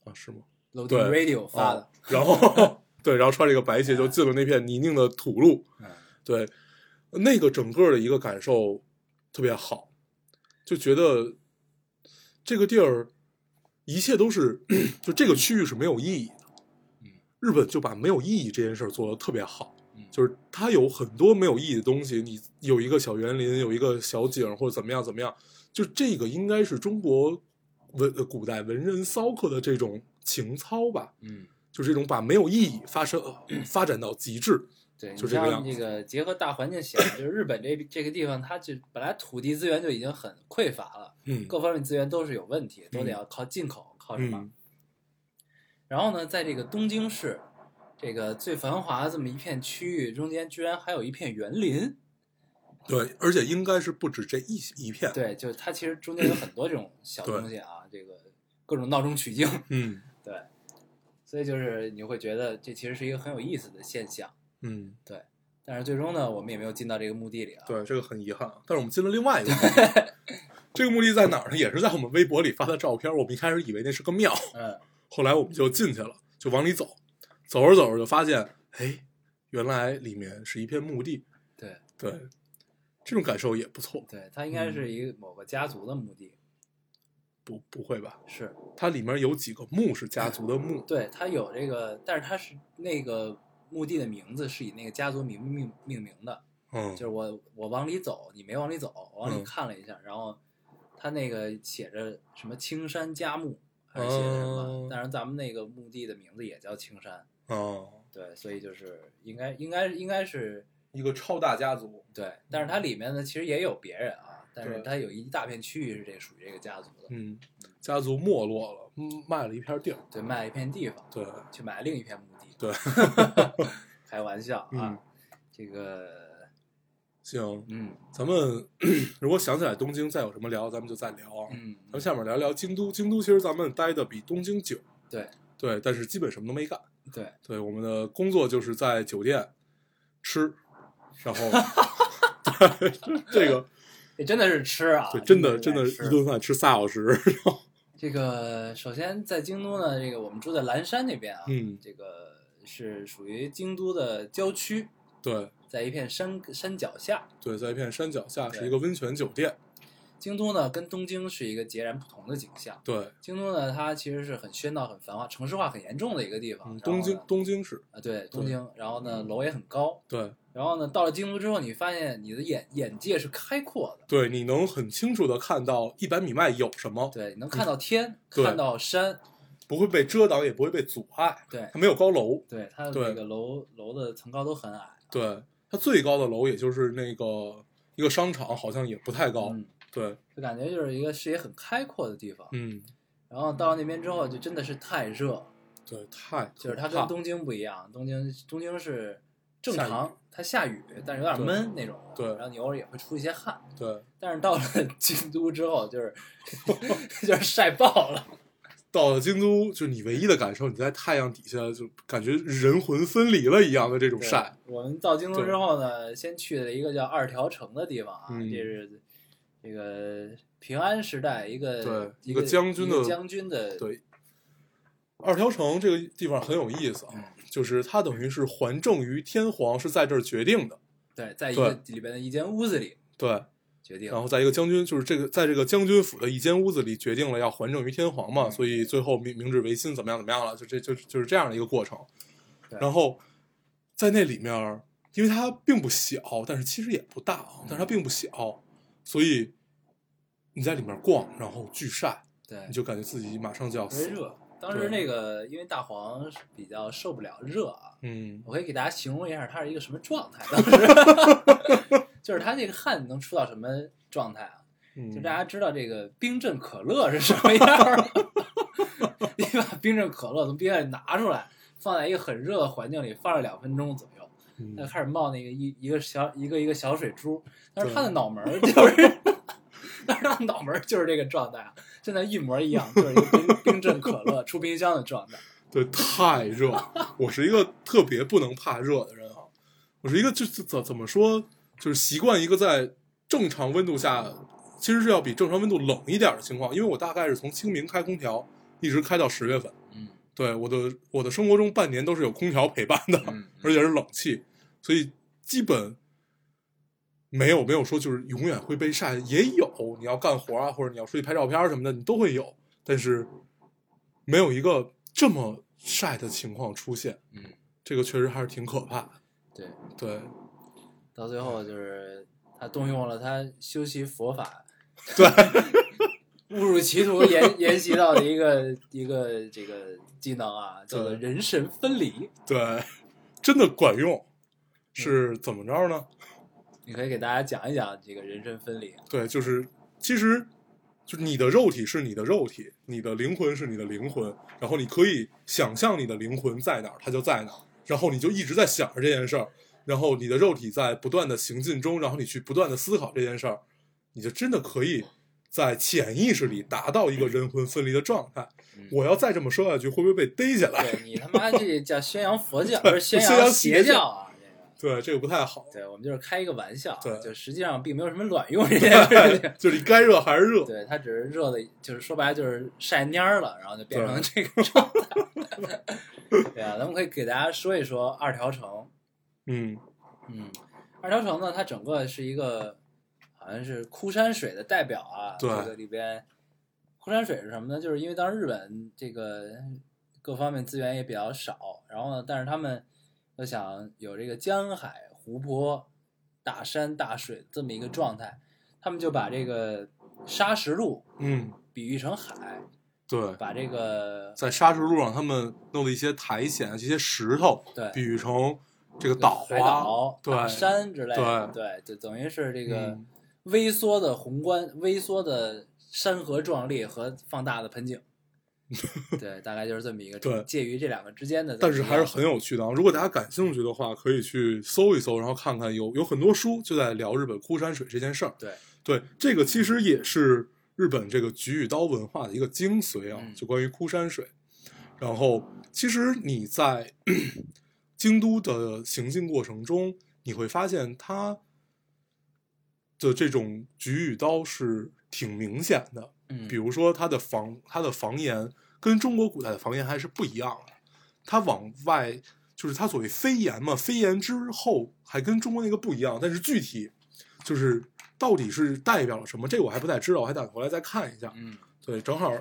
啊，是吗？ ，Loading Radio 发的啊。然后对，然后穿着一个白鞋就进了那片泥泞的土路，嗯，对，那个整个的一个感受特别好，就觉得这个地儿一切都是，就这个区域是没有意义的。嗯日本就把没有意义这件事儿做得特别好嗯，就是它有很多没有意义的东西，你有一个小园林，有一个小景或者怎么样怎么样，就这个应该是中国文呃古代文人骚客的这种情操吧，嗯。就是这种把没有意义发生发展到极致，对，你就这个像样这个结合大环境想，就是日本这这个地方，它就本来土地资源就已经很匮乏了，嗯各方面资源都是有问题，都得嗯要靠进口，靠什么？嗯然后呢，在这个东京市这个最繁华的这么一片区域中间，居然还有一片园林。对，而且应该是不止这一一片。，对，就是它其实中间有很多这种小东西啊，这个各种闹中取静。嗯对，所以就是你会觉得这其实是一个很有意思的现象。嗯，但是最终呢，我们也没有进到这个墓地里啊。对，这个很遗憾。但是我们进了另外一个墓地， 这个墓地在哪儿呢？也是在我们微博里发的照片。我们一开始以为那是个庙，嗯，后来我们就进去了，就往里走，走着走着就发现，哎，原来里面是一片墓地。对对，这种感受也不错。对，它应嗯该是一个某个家族的墓地，不，不会吧？是它里面有几个墓是家族的墓。对，它有这个，但是它是那个墓地的名字是以那个家族名命命名的。嗯就是我我往里走，你没往里走，我往里嗯看了一下，然后他那个写着什么青山佳木，还是写的什么哦？当然，咱们那个墓地的名字也叫青山，哦，对，所以就是应该应该应该是一个超大家族，对，但嗯是它里面呢其实也有别人啊，但是对它有一大片区域是这属于这个家族的，嗯，家族没落了，嗯卖了一片地儿，对，卖了一片地方，对，去买另一片墓地，对， 开玩笑啊，嗯这个行，嗯咱们 如果想起来东京再有什么聊，咱们就再聊啊。嗯咱们下面聊聊京都，京都其实咱们待的比东京久，对对，但是基本什么都没干。对，对，我们的工作就是在酒店吃，然后 对这个这真的是吃啊，对真的是真的吃一顿饭吃仨小时， 这个首先在京都呢，这个我们住在岚山那边啊，嗯这个是属于京都的郊区，对在一片山山脚下。对，在一片山脚下对是一个温泉酒店，京都呢，跟东京是一个截然不同的景象。对，京都呢，它其实是很喧闹、很繁华、城市化很严重的一个地方。嗯，然后东呢京东京市，啊，对东京，然后呢，楼也很高。对然后呢，到了京都之后，你发现你的眼眼界是开阔的，对，你能很清楚的看到一百米外有什么，对，你能看到天，嗯对看到山，不会被遮挡，也不会被阻碍，对它没有高楼，对，它的对这个楼楼的层高都很矮。对，它最高的楼也就是那个一个商场，好像也不太高，嗯，对，就感觉就是一个视野很开阔的地方。嗯，然后到那边之后，就真的是太热，对，太就是可它怕跟了东京不一样，东京东京是正下雨常，它下雨，但是有点对闷那种的，对然后你偶尔也会出一些汗，对，但是到了 京都之后，就是 就是晒爆了，到了京都，就是你唯一的感受，你在太阳底下就感觉人魂分离了一样的这种对晒。。我们到京都对之后呢，先去了一个叫二条城的地方啊，嗯这是这个平安时代一个对一一个将军的一个将军的对，二条城这个地方很有意思嗯啊，就是它等于是还政于天皇，是在这儿决定的。对在一个里边的一间屋子里对，决定，然后在一个将军，就是这个，在这个将军府的一间屋子里决定了要还政于天皇嗯嘛，所以最后明明治维新怎么样怎么样了，就这就就是这样的一个过程。对然后在那里面儿，因为它并不小，但是其实也不大啊，但是嗯它并不小，所以你在里面逛，然后巨晒，对你，就感觉自己马上就要特别死。热。当时对那个因为大黄是比较受不了热啊，嗯，我可以给大家形容一下他是一个什么状态，当时 就是他这个汗能出到什么状态啊？嗯就大家知道这个冰镇可乐是什么样儿吗， 你把冰镇可乐从冰箱里拿出来，放在一个很热的环境里放了两分钟左右，它就嗯开始冒那个一一个小一个一个小水珠，但是对他的脑门儿就是， 但是他的脑门儿就是这个状态啊，现在一模一样，就是一个冰 冰镇可乐出冰箱的状态。对，太热。我是一个特别不能怕热的人啊，我是一个就是怎怎么说，就是习惯一个在正常温度下，其实是要比正常温度冷一点的情况，因为我大概是从清明开空调，一直开到十月份。嗯对，我的我的生活中半年都是有空调陪伴的，嗯而且是冷气，所以基本没有没有说就是永远会被晒，也有你要干活啊，或者你要出去拍照片儿什么的，你都会有，但是没有一个这么晒的情况出现，嗯，这个确实还是挺可怕的。对。对，到最后就是他动用了他修习佛法， 对，误入歧途研研习到的一个一个这个技能啊，叫做对人神分离。对，真的管用，嗯是怎么着呢？你可以给大家讲一讲这个人神分离啊。对，就是其实就是你的肉体是你的肉体，你的灵魂是你的灵魂，然后你可以想象你的灵魂在哪儿，它就在哪儿，然后你就一直在想着这件事儿，然后你的肉体在不断的行进中，然后你去不断的思考这件事儿，你就真的可以。在潜意识里达到一个人魂分离的状态，嗯我要再这么说下去，会不会被逮起来？对你他妈这叫宣扬佛 教，不是宣宣扬邪邪教教啊？这个对，这个不太好。对，我们就是开一个玩笑啊，对就实际上并没有什么卵用 这件事情。就是你该热还是热。对他只是热的，就是说白了就是晒蔫儿了，然后就变成这个状态。对啊，咱们可以给大家说一说二条城。嗯，嗯，二条城呢，它整个是一个好像是枯山水的代表啊。对这个里边枯山水是什么呢？就是因为当时日本这个各方面资源也比较少，然后呢，但是他们又想有这个江海、湖泊、大山、大水这么一个状态，他们就把这个砂石路嗯，比喻成海，对，把这个在沙石路上他们弄了一些苔藓，这些石头，对比喻成这个岛海啊岛、，对，大山之类的，对，就等于是这个嗯微缩的宏观、微缩的山河壮丽和放大的 盆景，对，大概就是这么一个对介于这两个之间的这但么一是个，还是很有趣的啊。如果大家感兴趣的话，可以去搜一搜，然后看看有有很多书就在聊日本枯山水这件事儿。对，对，这个其实也是日本这个菊与刀文化的一个精髓啊，嗯就关于枯山水。然后，其实你在 京都的行进过程中，你会发现它的这种菊与刀是挺明显的。嗯，比如说它的房它的房檐跟中国古代的房檐还是不一样的，它往外就是它所谓飞檐嘛，飞檐之后还跟中国那个不一样，但是具体就是到底是代表了什么，这个我还不太知道，我还得回来再看一下。嗯，对，正好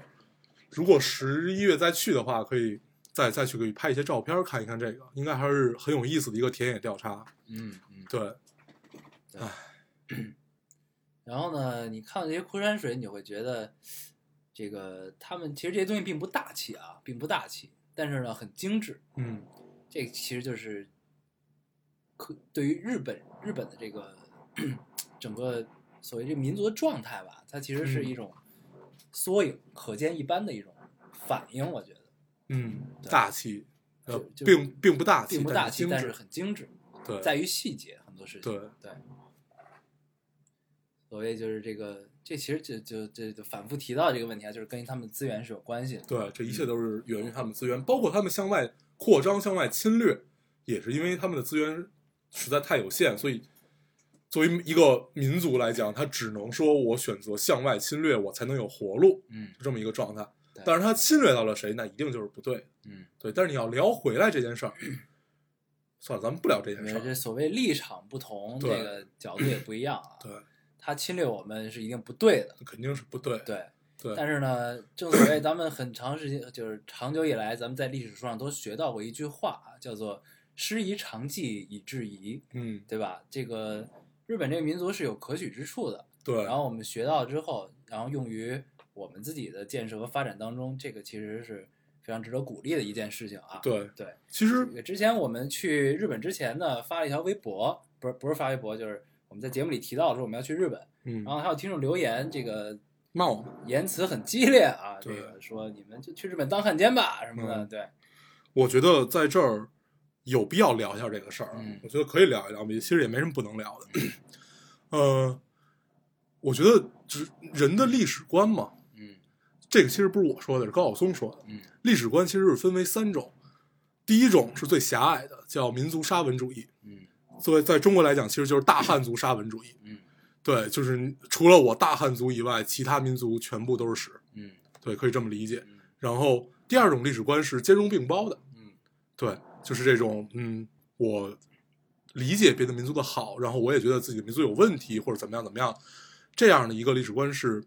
如果十一月再去的话，可以再再去给拍一些照片看一看这个，应该还是很有意思的一个田野调查。嗯嗯，对，然后呢，你看到这些枯山水，你会觉得这个他们其实这些东西并不大气啊，并不大气，但是呢很精致，嗯这其实就是可对于日本日本的这个整个所谓这民族的状态吧，它其实嗯是一种缩影，可见一斑的一种反应。我觉得嗯，对大气，呃，就就并并不大气，并不大气，但但是是很精致，精致对，在于细节很多事情。对对，所谓就是这个，这其实就就就就反复提到这个问题啊，就是跟他们资源是有关系的。对，这一嗯切都是源于他们资源，包括他们向外扩张、向外侵略，也是因为他们的资源实在太有限，所以作为一个民族来讲，他只能说我选择向外侵略，我才能有活路，嗯就这么一个状态对。但是他侵略到了谁，那一定就是不对的。嗯，对，但是你要聊回来这件事儿，算了，咱们不聊这件事这儿。所谓立场不同，这对个角度也不一样啊。对，他侵略我们是一定不对的。肯定是不对。对，对但是呢，正所谓咱们很长时间，就是长久以来，咱们在历史书上都学到过一句话啊，叫做“师夷长技以制夷嗯”，，对吧？这个日本这个民族是有可取之处的。对，然后我们学到之后，然后用于我们自己的建设和发展当中，这个其实是非常值得鼓励的一件事情啊。对，对，其实也之前我们去日本之前呢，发了一条微博，不是不是发微博，就是我们在节目里提到说我们要去日本，嗯然，后还有听众留言这个骂我们。言辞很激烈啊，这对个说你们就去日本当汉奸吧什么的，嗯对，我觉得在这儿有必要聊一下这个事儿啊，嗯我觉得可以聊一聊，其实也没什么不能聊的。呃，我觉得只人的历史观嘛，嗯这个其实不是我说的，是高晓松说的。嗯历史观其实是分为三种，第一种是最狭隘的，叫民族沙文主义。嗯作为在中国来讲，其实就是大汉族沙文主义。嗯对，就是除了我大汉族以外，其他民族全部都是屎。嗯对，可以这么理解。嗯然后第二种历史观是兼容并包的，嗯对，就是这种，嗯，我理解别的民族的好，然后我也觉得自己的民族有问题或者怎么样怎么样，这样的一个历史观是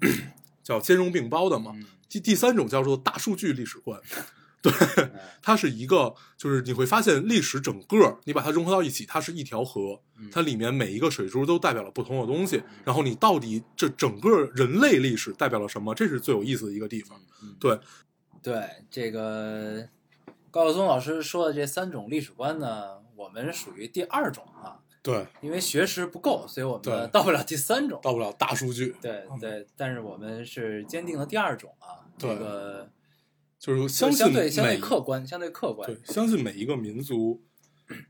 咳叫兼容并包的嘛。嗯第第三种叫做大数据历史观，对， 哎它是一个，就是你会发现历史整个你把它融合到一起，它是一条河嗯，它里面每一个水珠都代表了不同的东西，然后你到底这整个人类历史代表了什么，这是最有意思的一个地方。嗯对对，这个高晓松老师说的这三种历史观呢，我们属于第二种啊，对，因为学识不够，所以我对们到不了第三种。到不了大数据，对嗯对，但是我们是坚定了第二种啊，这对个就是就相是信相对相每对一客观，相对客观。对，相信每一个民族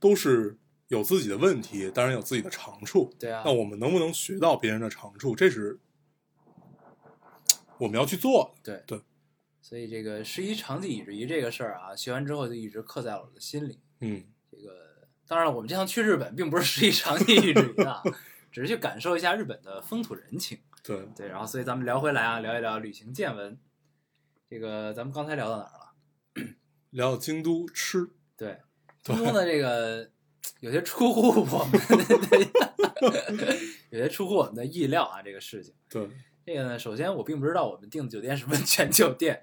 都是有自己的问题，当然有自己的长处。对啊那我们能不能学到别人的长处，这是我们要去做的。对对，所以这个十一长技以制夷这个事儿啊，学完之后就一直刻在我的心里。嗯，这个当然了，我们这趟去日本并不是十一长技以制夷 啊，只是去感受一下日本的风土人情。对，对，然后所以咱们聊回来啊，聊一聊旅行见闻。这个咱们刚才聊到哪儿了？聊聊京都吃，对，对京都呢这个有些出乎我们的， 有些出乎我们的意料啊，这个事情。对，这个呢，首先我并不知道我们订的酒店是温泉酒店，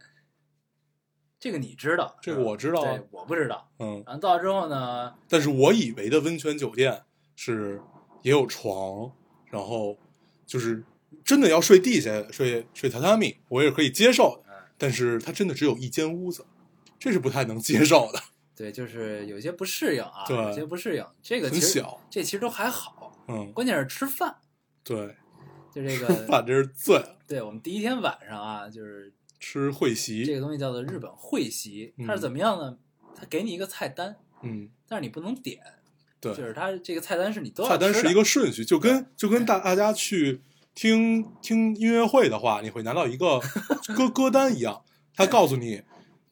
这个你知道，这个我知道啊对，我不知道。嗯，然后到了之后呢，但是我以为的温泉酒店是也有床，然后就是真的要睡地下、睡睡榻榻米，我也可以接受的。嗯但是它真的只有一间屋子，这是不太能接受的。对，就是有些不适应啊，对有些不适应。这个很其实小这其实都还好，嗯，关键是吃饭。对，就这 把个，这是醉了，对我们第一天晚上啊，就是吃会这席，个东西叫做日本会席，嗯它是怎么样呢？它给你一个菜单，嗯，但是你不能点，对就，是它这个菜单是你都要菜单吃是的一个顺序，就跟就跟大大家去听听音乐会的话，你会拿到一 个歌歌单一样，它告诉你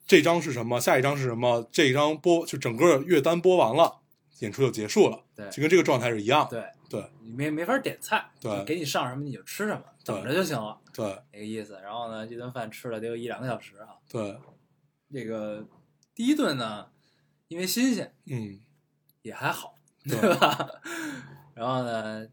这张是什么，下一张是什么，这一张播就整个乐单播完了，演出就结束了，对就跟这个状态是一样的，对，对你没没法点菜，对就给你上什么你就吃什么，对等着就行了，对那个意思。然后呢，这顿饭吃了得有一两个小时啊。对，这个第一顿呢，因为新鲜嗯，也还好，对对吧？然后呢，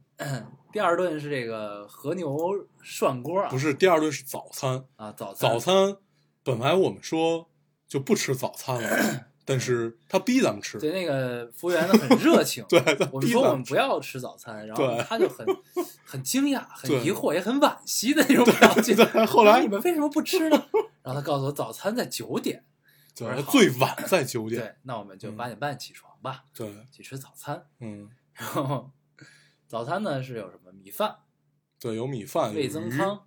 第二顿是这个和牛涮锅啊，不是第二顿是早餐，啊，早餐早餐本来我们说就不吃早餐了， 但是他逼咱们吃，，对，那个服务员呢很热情 对他我们逼说我咱们们吃，不要吃早餐，然后对他就 很很惊讶、很对疑惑、也很惋惜的那种表情。对后来我说你们为什么不吃呢？然后他告诉我早餐在九点，对我说他好最晚在九点，对，那我们就嗯八点半起床吧，对，去吃早餐。嗯。然后早餐呢是有什么米饭、对，有米饭，有味增鱼呃汤、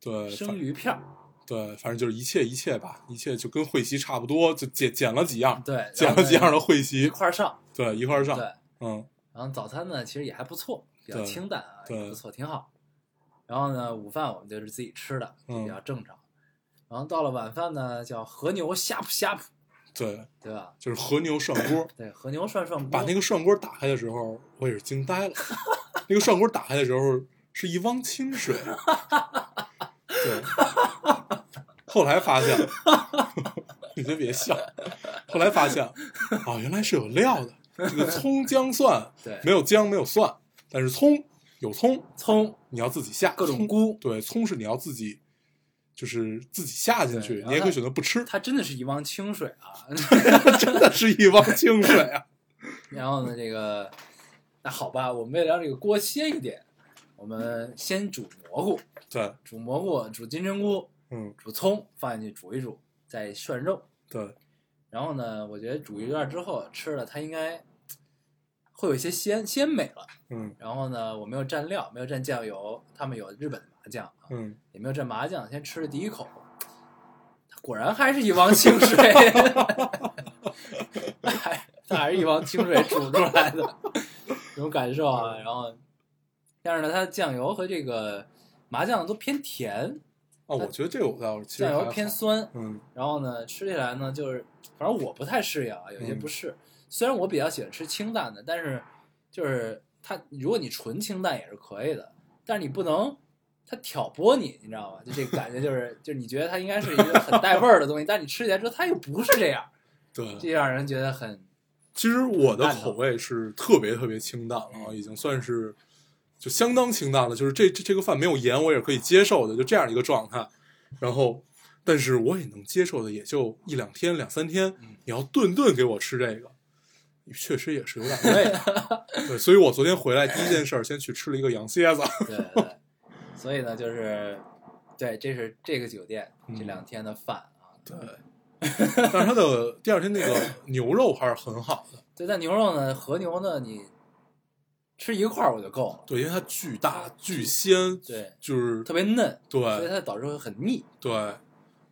对，生反鱼片儿，对，反正就是一切一切吧，一切就跟会席差不多，就捡捡了几样，嗯对，捡然后了呢几样的会一席，块儿上，对，一块儿对上，。嗯，然后早餐呢其实也还不错，比较对清淡啊，对也不错，挺好。然后呢，午饭我们就是自己吃的，就比嗯较正常。然后到了晚饭呢，叫和牛呷哺呷哺，对，对吧？，就是和牛涮锅对，和牛涮涮锅，把那个涮锅打开的时候，我也是惊呆了，那个涮锅打开的时候是一汪清水，对，后来发现，你先别笑，后来发现，哦，原来是有料的，这个葱姜蒜对没有姜没有蒜，但是葱有葱。葱，你要自己下各种葱菇对，葱是你要自己，就是自己下进对去，然后你也可以它选择不吃，它真的是一汪清水啊。 真的是一汪清水啊！然后呢，这个那好吧，我们为了让这个锅歇一点，我们先煮蘑菇，对，煮蘑菇，煮金针菇，嗯，煮葱放进去煮一煮，再涮肉。对，然后呢，我觉得煮一段之后吃了，它应该会有一些鲜鲜美了。嗯然后呢，我没有蘸料，没有蘸酱油，他们有日本的麻酱啊，嗯，也没有蘸麻酱，先吃了第一口，它果然还是一汪清水，还它还是一汪清水煮出来的，这种感受啊。然后，但是呢，它的酱油和这个麻酱都偏甜，哦，呃我觉得这个我倒是其实酱还油好偏，酸，嗯然后呢，吃起来呢就是，反正我不太适应啊，有些不适。虽然我比较喜欢吃清淡的，但是就是它，如果你纯清淡也是可以的，但是你不能它挑拨你，你知道吗？就这个感觉就是， 就是你觉得它应该是一个很带味儿的东西，但是你吃起来之后它又不是这样，这对。让人觉得很其实我的淡的嗯口味是特别特别清淡了，已经算是就相当清淡了，就是这这这个饭没有盐我也可以接受的，就这样一个状态。然后，但是我也能接受的也就一两天、两三天。嗯你要顿顿给我吃这个，确实也是有点累啊。 对，所以我昨天回来第一件事儿，先去吃了一个羊蝎子。对对对，所以呢，就是对，这是这个酒店这两天的饭啊。对，但是它的第二天那个牛肉还是很好的，对，但牛肉呢，和牛呢，你吃一块儿我就够了，对，因为它巨大、巨鲜，对，就是特别嫩。所以对它导致会很腻。对，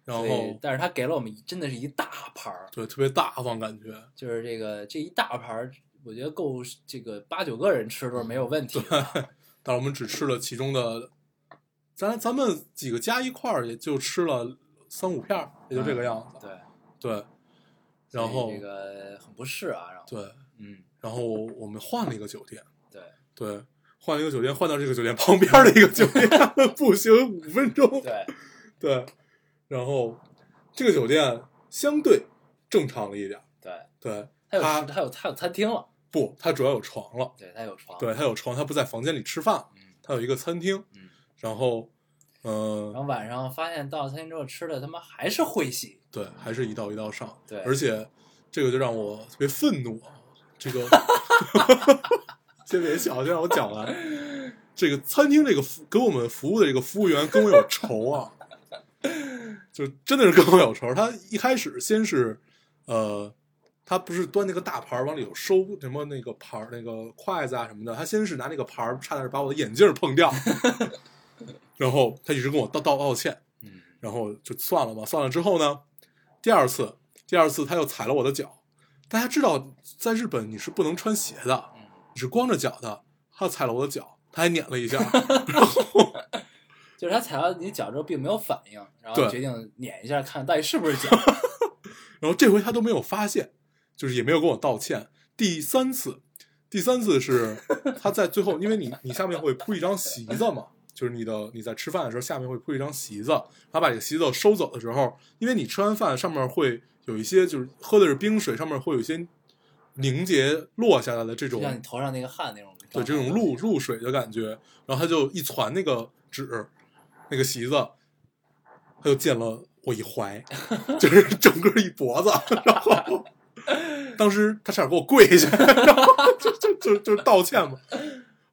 然所以后但是它给了我们一真的是一大盘儿，对特别大方感觉。就是这个这一大盘儿，我觉得够这个八九个人吃都是没有问题嗯的。啊但是我们只吃了其中的，咱咱们几个加一块儿也就吃了三五片儿，也就这个样 子。嗯对，对，所以然后这个很不适啊，然后对，嗯，然后我们换了一个酒店，对对，换了一个酒店，换到这个酒店旁边的一个酒店， 步行五分钟。对对，然后这个酒店相对正常了一点儿，对，对，它有它食它有它有餐厅了，不，它主要有床了，对，它有床，对，它有床，它不在房间里吃饭，嗯它有一个餐厅，嗯。然后，嗯、然后晚上发现到了餐厅之后吃的他妈还是会席，对，还是一道一道上。对而且这个就让我特别愤怒啊！这个，先别笑，先让我讲完。这个餐厅这个服给我们服务的这个服务员跟我有仇啊，就真的是跟我有仇。他一开始先是呃，他不是端那个大盘儿往里头收什么那个盘儿那个筷子啊什么的，他先是拿那个盘儿差点把我的眼镜儿碰掉，然后他一直跟我道道道歉，嗯然后就算了吧。算了之后呢，第二次，第二次他又踩了我的脚。大家知道，在日本你是不能穿鞋的，你是光着脚的。他踩了我的脚，他还撵了一下。就是他踩到你脚之后并没有反应，然后对决定撵一下看到底是不是脚。 然后这回他都没有发现，就是也没有跟我道歉。第三次，第三次是他在最后，因为你你下面会铺一张席子嘛，就是你的你在吃饭的时候下面会铺一张席子，他把这个席子收走的时候，因为你吃完饭上面会有一些就是喝的是冰水，上面会有一些凝结落下来的这种就像你头上那个汗那种状态。对这种哦露露水的感觉，然后他就一攒那个纸，那个席子，他就溅了我 一怀，就是整个一脖子，然后当时他差点给我跪下，然后就就就就是道歉嘛。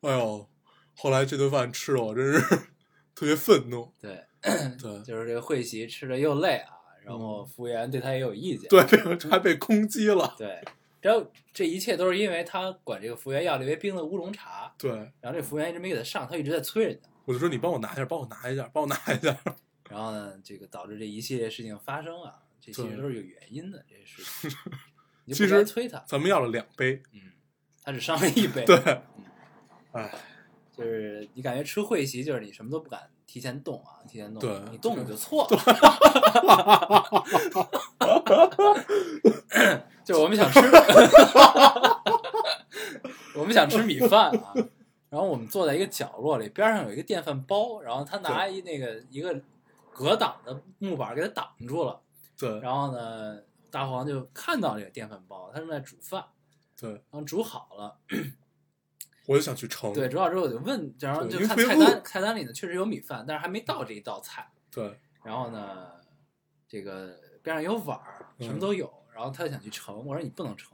哎呦，后来这顿饭吃的我真是 特别愤怒，对，对就是这个会席吃的又累啊，然后服务员对他也有意见。嗯对，被还被攻击了，对，然后这一切都是因为他管这个服务员要了一杯冰的乌龙茶，对然后这服务员一直没给他上，他一直在催人家。我就说你帮我拿一下，帮我拿一下，帮我拿一下，然后呢，这个导致这一系列事情发生啊，这其实对都是有原因的，这些事情。 你就其不该实催他，咱们要了两杯，嗯，他只上了一杯，对嗯，哎，就是你感觉吃会席，就是你什么都不敢提前动啊，提前动，对你动你就错了。 就是我们想吃， 我们想吃米饭啊，然后我们坐在一个角落里，边上有一个电饭煲，然后他拿一那个一个隔挡的木板给它挡住了，对然后呢，大黄就看到这个电饭煲，他正在煮饭，对，然后煮好了。我就想去盛，对，煮好之后我就问，然后对就因为看特菜别单，饿菜单里呢确实有米饭，但是还没到这一道菜。对然后呢，这个边上有碗儿，什么嗯都有。然后他就想去盛，我说你不能盛，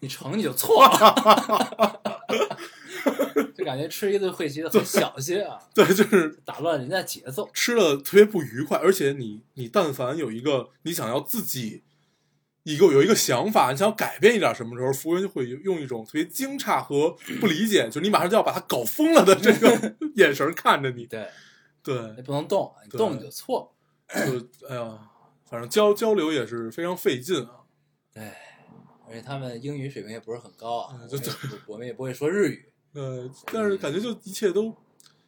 你盛你就错了， 就感觉吃一顿会席的很小心啊，对， 就是打乱人家节奏。吃了特别不愉快，而且你你但凡有一个你想要自己一个有一个想法，你想要改变一点什么时候，服务员就会用一种特别惊诧和不理解，就你马上就要把他搞疯了的这 个眼神看着你。对，对你，不能动，你对动你就错。就哎呀，反正交交流也是非常费劲啊。对，而且他们英语水平也不是很高啊，嗯我就们也不我们也不会说日语。呃，但是感觉就一切都。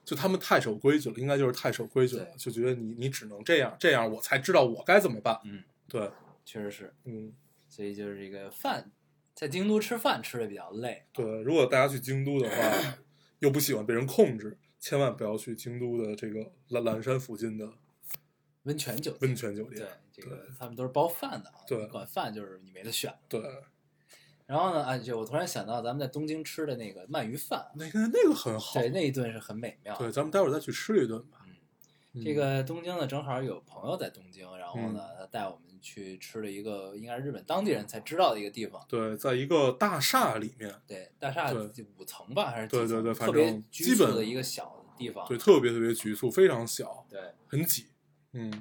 就他们太守规矩了，应该就是太守规矩了，对就觉得你你只能这样，这样我才知道我该怎么办。嗯，对，确实是，嗯，所以就是这个饭，在京都吃饭吃的比较累。对，如果大家去京都的话，又不喜欢被人控制，千万不要去京都的这个蓝蓝山附近的温泉酒店，温泉酒对店。，这个他们都是包饭的啊，对你管饭就是你没得选。对，然后呢，哎，这我突然想到咱们在东京吃的那个鳗鱼饭，那个那个很好对，。那一顿是很美妙的。对，咱们待会儿再去吃一顿吧。嗯这个东京呢，正好有朋友在东京，然后呢，他带我们去吃了一个应该是日本当地人才知道的一个地方，对，在一个大厦里面，对，大厦对就五层吧，还是几对对层特对反别正拘基束本的一个小的地方，对，特别特别局促，非常小，对，很挤。嗯，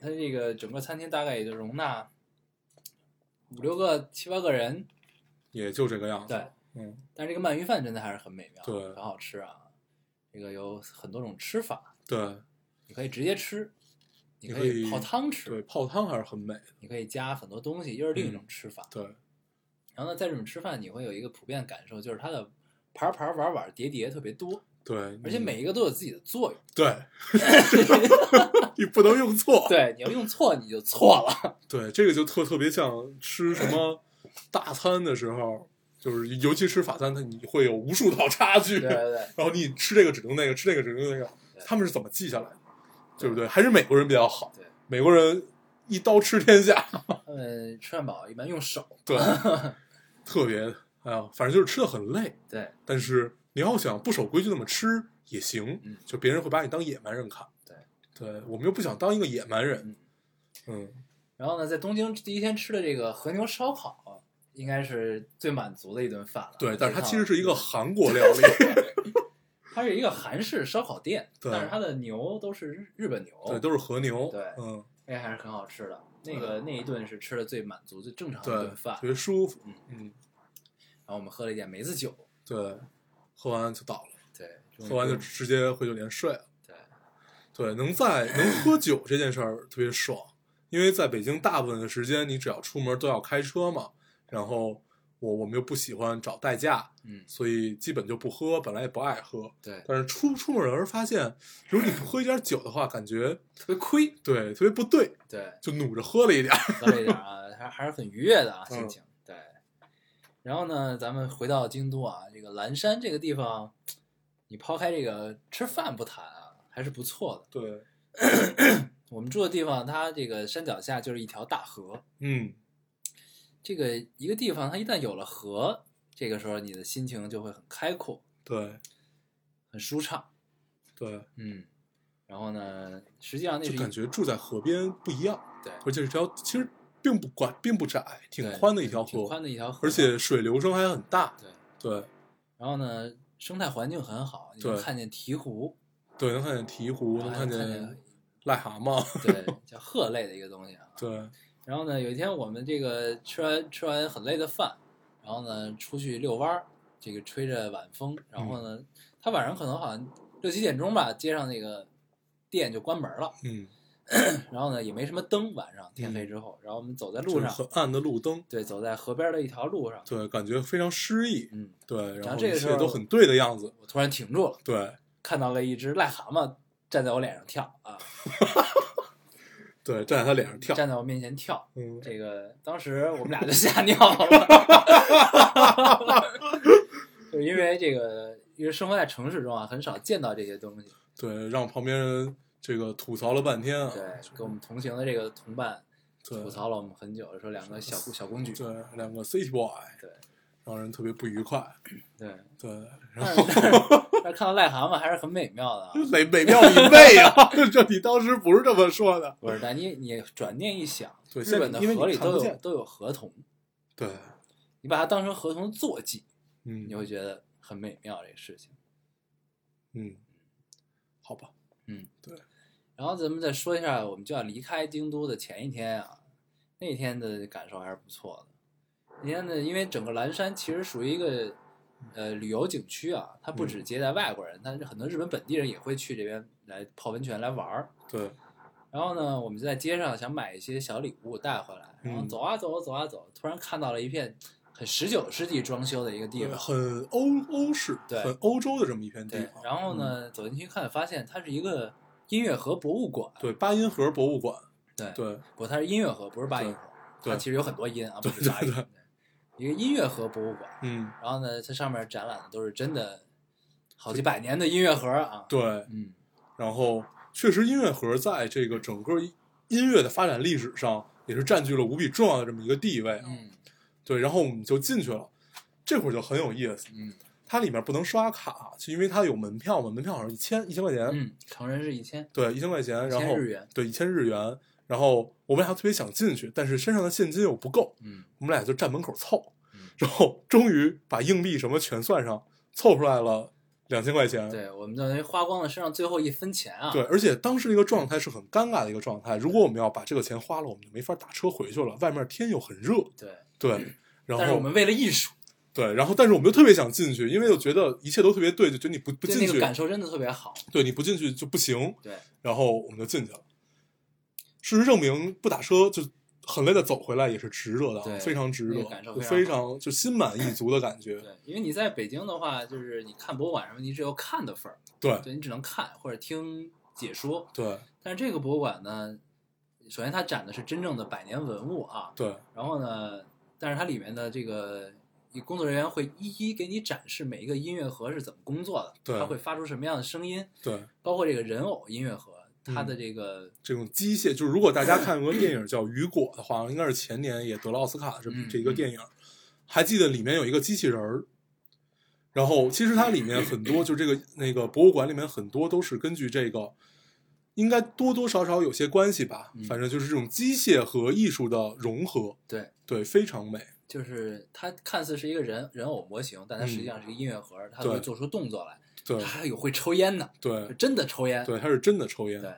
它这个整个餐厅大概也就容纳五六个、七八个人，也就这个样子。对，嗯，但是这个鳗鱼饭真的还是很美妙，对很好吃啊。这个有很多种吃法，对你可以直接吃，你你可可以以泡汤吃，对，嗯泡汤还是很美的。你可以加很多东西，又是另一种吃法。对，然后呢，在日本吃饭，你会有一个普遍感受，就是它的盘儿盘儿碗儿碗儿碟碟特别多，对，而且你每一个都有自己的作用。对， 你不能用错。对，你要用错你就错 了。对，这个就特特别像吃什么大餐的时候，就是尤其吃法餐，它你会有无数道差距，对对 对，然后你吃这个只能那个，吃那个只能那个对，他们是怎么记下来的，对不对？还是美国人比较好，对美国人一刀吃天下，他们呃吃汉堡一般用手。 对，特别哎呀，反正就是吃的很累，对但是你要想不守规矩那么吃也行，嗯就别人会把你当野蛮人看，对，对我们又不想当一个野蛮人嗯，嗯，然后呢，在东京第一天吃的这个和牛烧烤，应该是最满足的一顿饭了。对，但是它非常 其实是一个韩国料理。它是一个韩式烧烤店，对但是它的牛都是日日本牛，对，都是和牛，对嗯，那个还是很好吃的。那个那一顿是吃的最满足、最正常的一对，顿啊饭特。别舒服嗯，嗯，然后我们喝了一点梅子酒，对，喝完就倒了，对，喝完就终于直接回酒店睡了。对，对，能在能喝酒这件事儿特别爽，因为在北京大部分的时间你只要出门都要开车嘛，然后我我们又不喜欢找代驾，嗯，所以基本就不喝，本来也不爱喝，对，但是出出门的时候发现，如果你不喝一点酒的话，感觉特别亏，对特别不对，对，就努着喝了一点儿。 喝了一点啊，还还是很愉悦的啊，嗯心情。对，然后呢，咱们回到京都啊，这个岚山这个地方，你抛开这个吃饭不谈啊，还是不错的。对，我们住的地方，它这个山脚下就是一条大河。嗯，这个一个地方，它一旦有了河，这个时候你的心情就会很开阔、对很舒畅。对，嗯，然后呢，实际上那是就一感觉住在河边不一样，对而且这条其实并不宽，并不窄，挺对宽的一条挺河，宽的一条河，而且水流声还很大。对，对然后呢，生态环境很好，你能对看见鹈鹕，对，能看见鹈鹕，能然后还能见癞蛤蟆。 对，叫鹤类的一个东西啊。对，然后呢，有一天我们这个吃完吃完很累的饭，然后呢出去遛弯儿，这个吹着晚风，然嗯后呢，他晚上可能好像六七点钟吧，街上那个店就关门了，嗯，然后呢也没什么灯，晚上天黑之后，然后我们走在路就是上，很暗的路灯，对，走在河边的一条路上，对，感觉非常诗意。嗯，对，然然后后这个一时候切都很对的样子。我突然停住了，对看到了一只癞蛤蟆站在我脸上跳啊，对，站在他脸上跳。站在我面前跳， 嗯，这个当时我们俩就吓尿了， 就因为这个，因为生活在城市中啊，很少见到这些东西。对，让旁边人这个吐槽了半天啊。对，跟我们同行的这个同伴对吐槽了我们很久，说两个小小公举。对，两个 City Boy，对，让人特别不愉快。对，对，然但后是但是但是看到癞蛤蟆还是很美妙的 啊。美美妙一倍呀、 这你当时不是这么说的。不是，但你你转念一想，对日本的现在因为河里你看都不有见都有合同，对，你把它当成合同坐骑，嗯你会觉得很美妙这个事情。嗯，好吧，然后咱们再说一下，我们就要离开京都的前一天啊，那天的感受还是不错的。那天呢，因为整个岚山其实属于一个呃旅游景区啊，它不嗯只接待外国人，但是很多日本本地人也会去这边来泡温泉来玩儿。对然后呢，我们就在街上想买一些小礼物带回来，然后嗯走啊走啊走啊走，突然看到了一片很十九世纪装修的一个地 对，方，呃很欧欧式，对很欧洲的这么一片地对方。。嗯然后呢，走进去看，发现它是一个音乐盒博物馆，对，八音盒博物馆，对对不，它是音乐盒，不是八音盒。对它其实有很多音啊，不是八音。对一个音乐盒博物馆，嗯，然后呢，它上面展览的都是真的好几百年的音乐盒啊。，对，嗯，然后确实音乐盒在这个整个音乐的发展历史上也是占据了无比重要的这么一个地位。嗯对，然后我们就进去了，这会儿就很有意思。嗯它里面不能刷卡，是因为它有门票嘛，门票好像一千一千块钱，嗯，成人是一千，对，一千块钱，然后日元对一千日元，然后我们俩特别想进去，但是身上的现金又不够，嗯我们俩就站门口凑嗯，然后终于把硬币什么全算上，凑出来了两千块钱。嗯对，我们等于花光了身上最后一分钱啊。对，，而且当时一个状态是很尴尬的一个状态。如果我们要把这个钱花了，我们就没法打车回去了。外面天又很热，对， 对。然但是后我们为了艺术，对，然后但是我们又特别想进去，因为就觉得一切都特别对，就觉得你不不对进那个去，感受真的特别好。对你不进去就不行。对，然后我们就进去了。事实证明，不打车就很累的走回来也是值得的对啊，非常值那得个感，受就非非常常就心满意足的感觉。对，因为你在北京的话，就是你看博物馆什么，你只有看的份儿，对对你只能看或者听解说。对但是这个博物馆呢，首先它展的是真正的百年文物啊，对然后呢，但是它里面的这个工作人员会一一给你展示每一个音乐盒是怎么工作的，对它会发出什么样的声音，对，包括这个人偶音乐盒，它嗯的这个、这种机械，就是如果大家看过电影叫《雨果》的话，应该是前年也得了奥斯卡这么嗯这一个电影，还记得里面有一个机器人儿。然后，其实它里面很多，就这个那个博物馆里面很多都是根据这个，应该多多少少有些关系吧嗯。反正就是这种机械和艺术的融合，对，对，非常美。就是它看似是一个人人偶模型，但它实际上是一个音乐盒，它会嗯对做出动作来，对他还有会抽烟呢，对真的抽烟。对，他是真的抽烟。对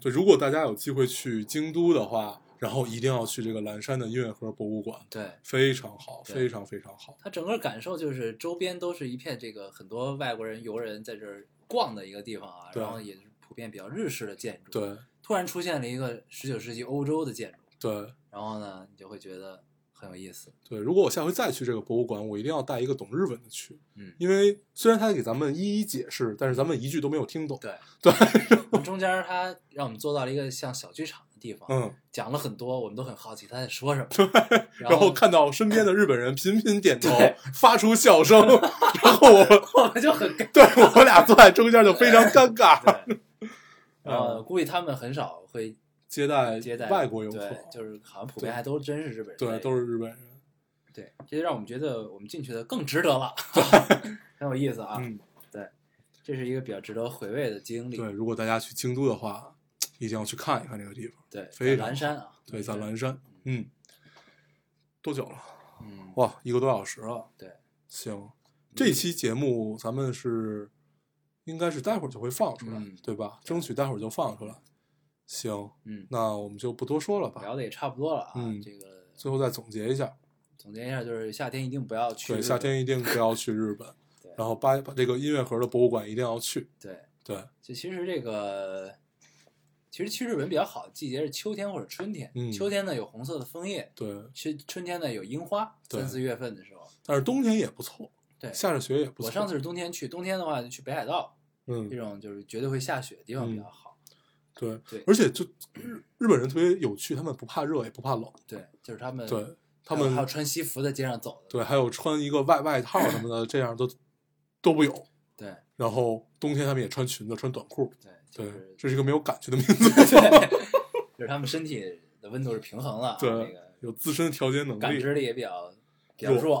对，如果大家有机会去京都的话，然后一定要去这个岚山的音乐盒博物馆，对，非常好，对非常非常好。他整个感受就是周边都是一片这个很多外国人、游人在这儿逛的一个地方啊，对然后也是普遍比较日式的建筑。，对突然出现了一个十九世纪欧洲的建筑，对然后呢，你就会觉得很有意思。对，如果我下回再去这个博物馆，我一定要带一个懂日文的去，嗯，因为虽然他给咱们一一解释，但是咱们一句都没有听懂。对 对，然后中间他让我们坐到了一个像小剧场的地方，嗯，讲了很多，我们都很好奇他在说什么。然然后看到身边的日本人频频点头，发出笑声，然后我 我们就很尴对我们俩坐在中间就非常尴尬。 尬。对然后估计他们很少会接待接待外国游客啊对，，就是好像普对遍还都真是日本人在，对，都是日本人。对，这就让我们觉得我们进去的更值得了，很有意思啊。嗯，这是一个比较值得回味的经历。对，如果大家去京都的话，一定要去看一看这个地方。对，非在常岚山啊，对，在岚山，嗯，多久了？嗯，哇，一个多小时了。对，嗯行，这期节目咱们是应该是待会儿就会放出来，嗯对吧？争取待会儿就放出来。行，嗯，那我们就不多说了吧。聊的也差不多了啊。嗯这个最后再总结一下，总结一下，就是夏天一定不要去日对，本。夏天一定不要去日本 对，然后八把这个音乐盒的博物馆一定要去。对，对，就其实这个，其实去日本比较好的季节是秋天或者春天。嗯秋天呢有红色的枫叶，对，春春天呢有樱花，对三四月份的时候。但是冬天也不错，对，下着雪也不错。我上次是冬天去，冬天的话就去北海道嗯这，种就是绝对会下雪的地方比较好。对，对而且就日日本人特别有趣，他们不怕热也不怕冷，对，就是他们对他嗯还有还有们穿西服在街上走的，对还有穿一个外外套什么的，这样都都不有。对然后冬天他们也穿裙子穿短裤，对就对是，这是一个没有感觉的民族， 就是他们身体的温度是平衡了啊，这对个，有自身调节能感力。嗯知力也比较比较弱。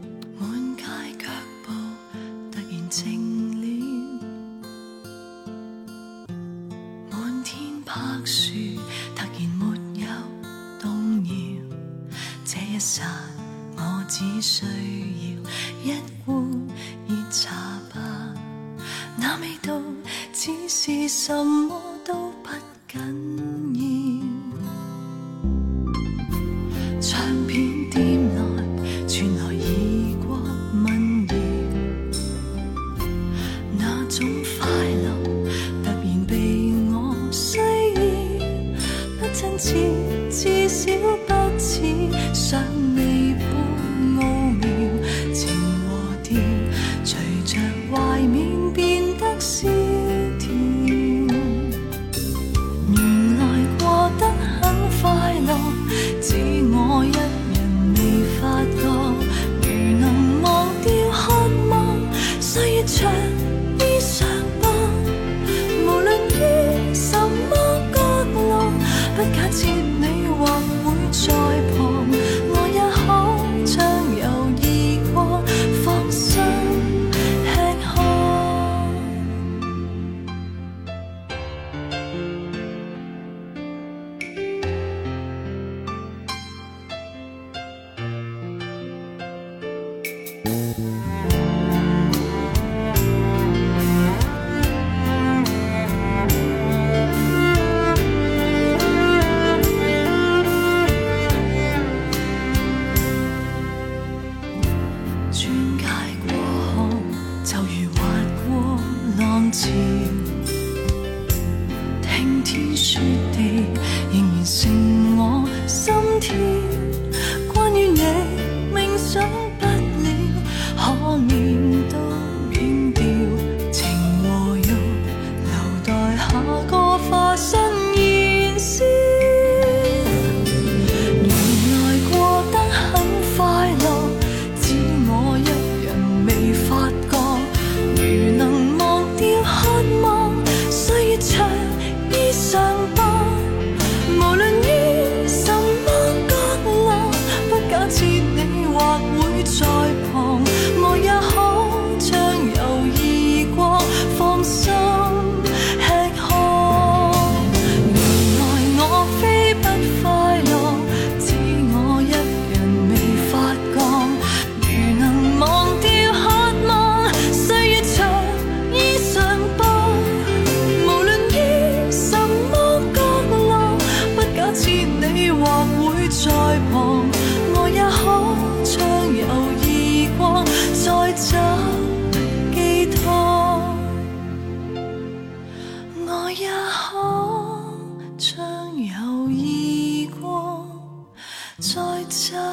满街腳步突然靜了，滿天柏樹突然沒有動搖。這一剎，我只需要一罐熱茶吧，那味道只是什麼都不緊要。唱片店內傳來異國民謠，那種快樂突然被我需要，不真切，至少不似尚未般奧妙，情和調隨着懷緬變得蕭條。原來過得很快樂，只我一人未發覺。如能忘掉渴望，歲月長衣裳吧。無論於什麼角落，不假設你或會在旁，我也可暢遊而過，放心吃喝。轉街過巷，就如滑過浪潮。聽天說地，仍然剩我心跳。關於你，冥想不了，可免都偏掉。情和欲，留待下個化身燃燒。原來過得很快樂，只我一人未發覺。如能忘掉渴望，歲月長旁，我也可畅遊異國，再找寄託。我也可暢遊異國，再找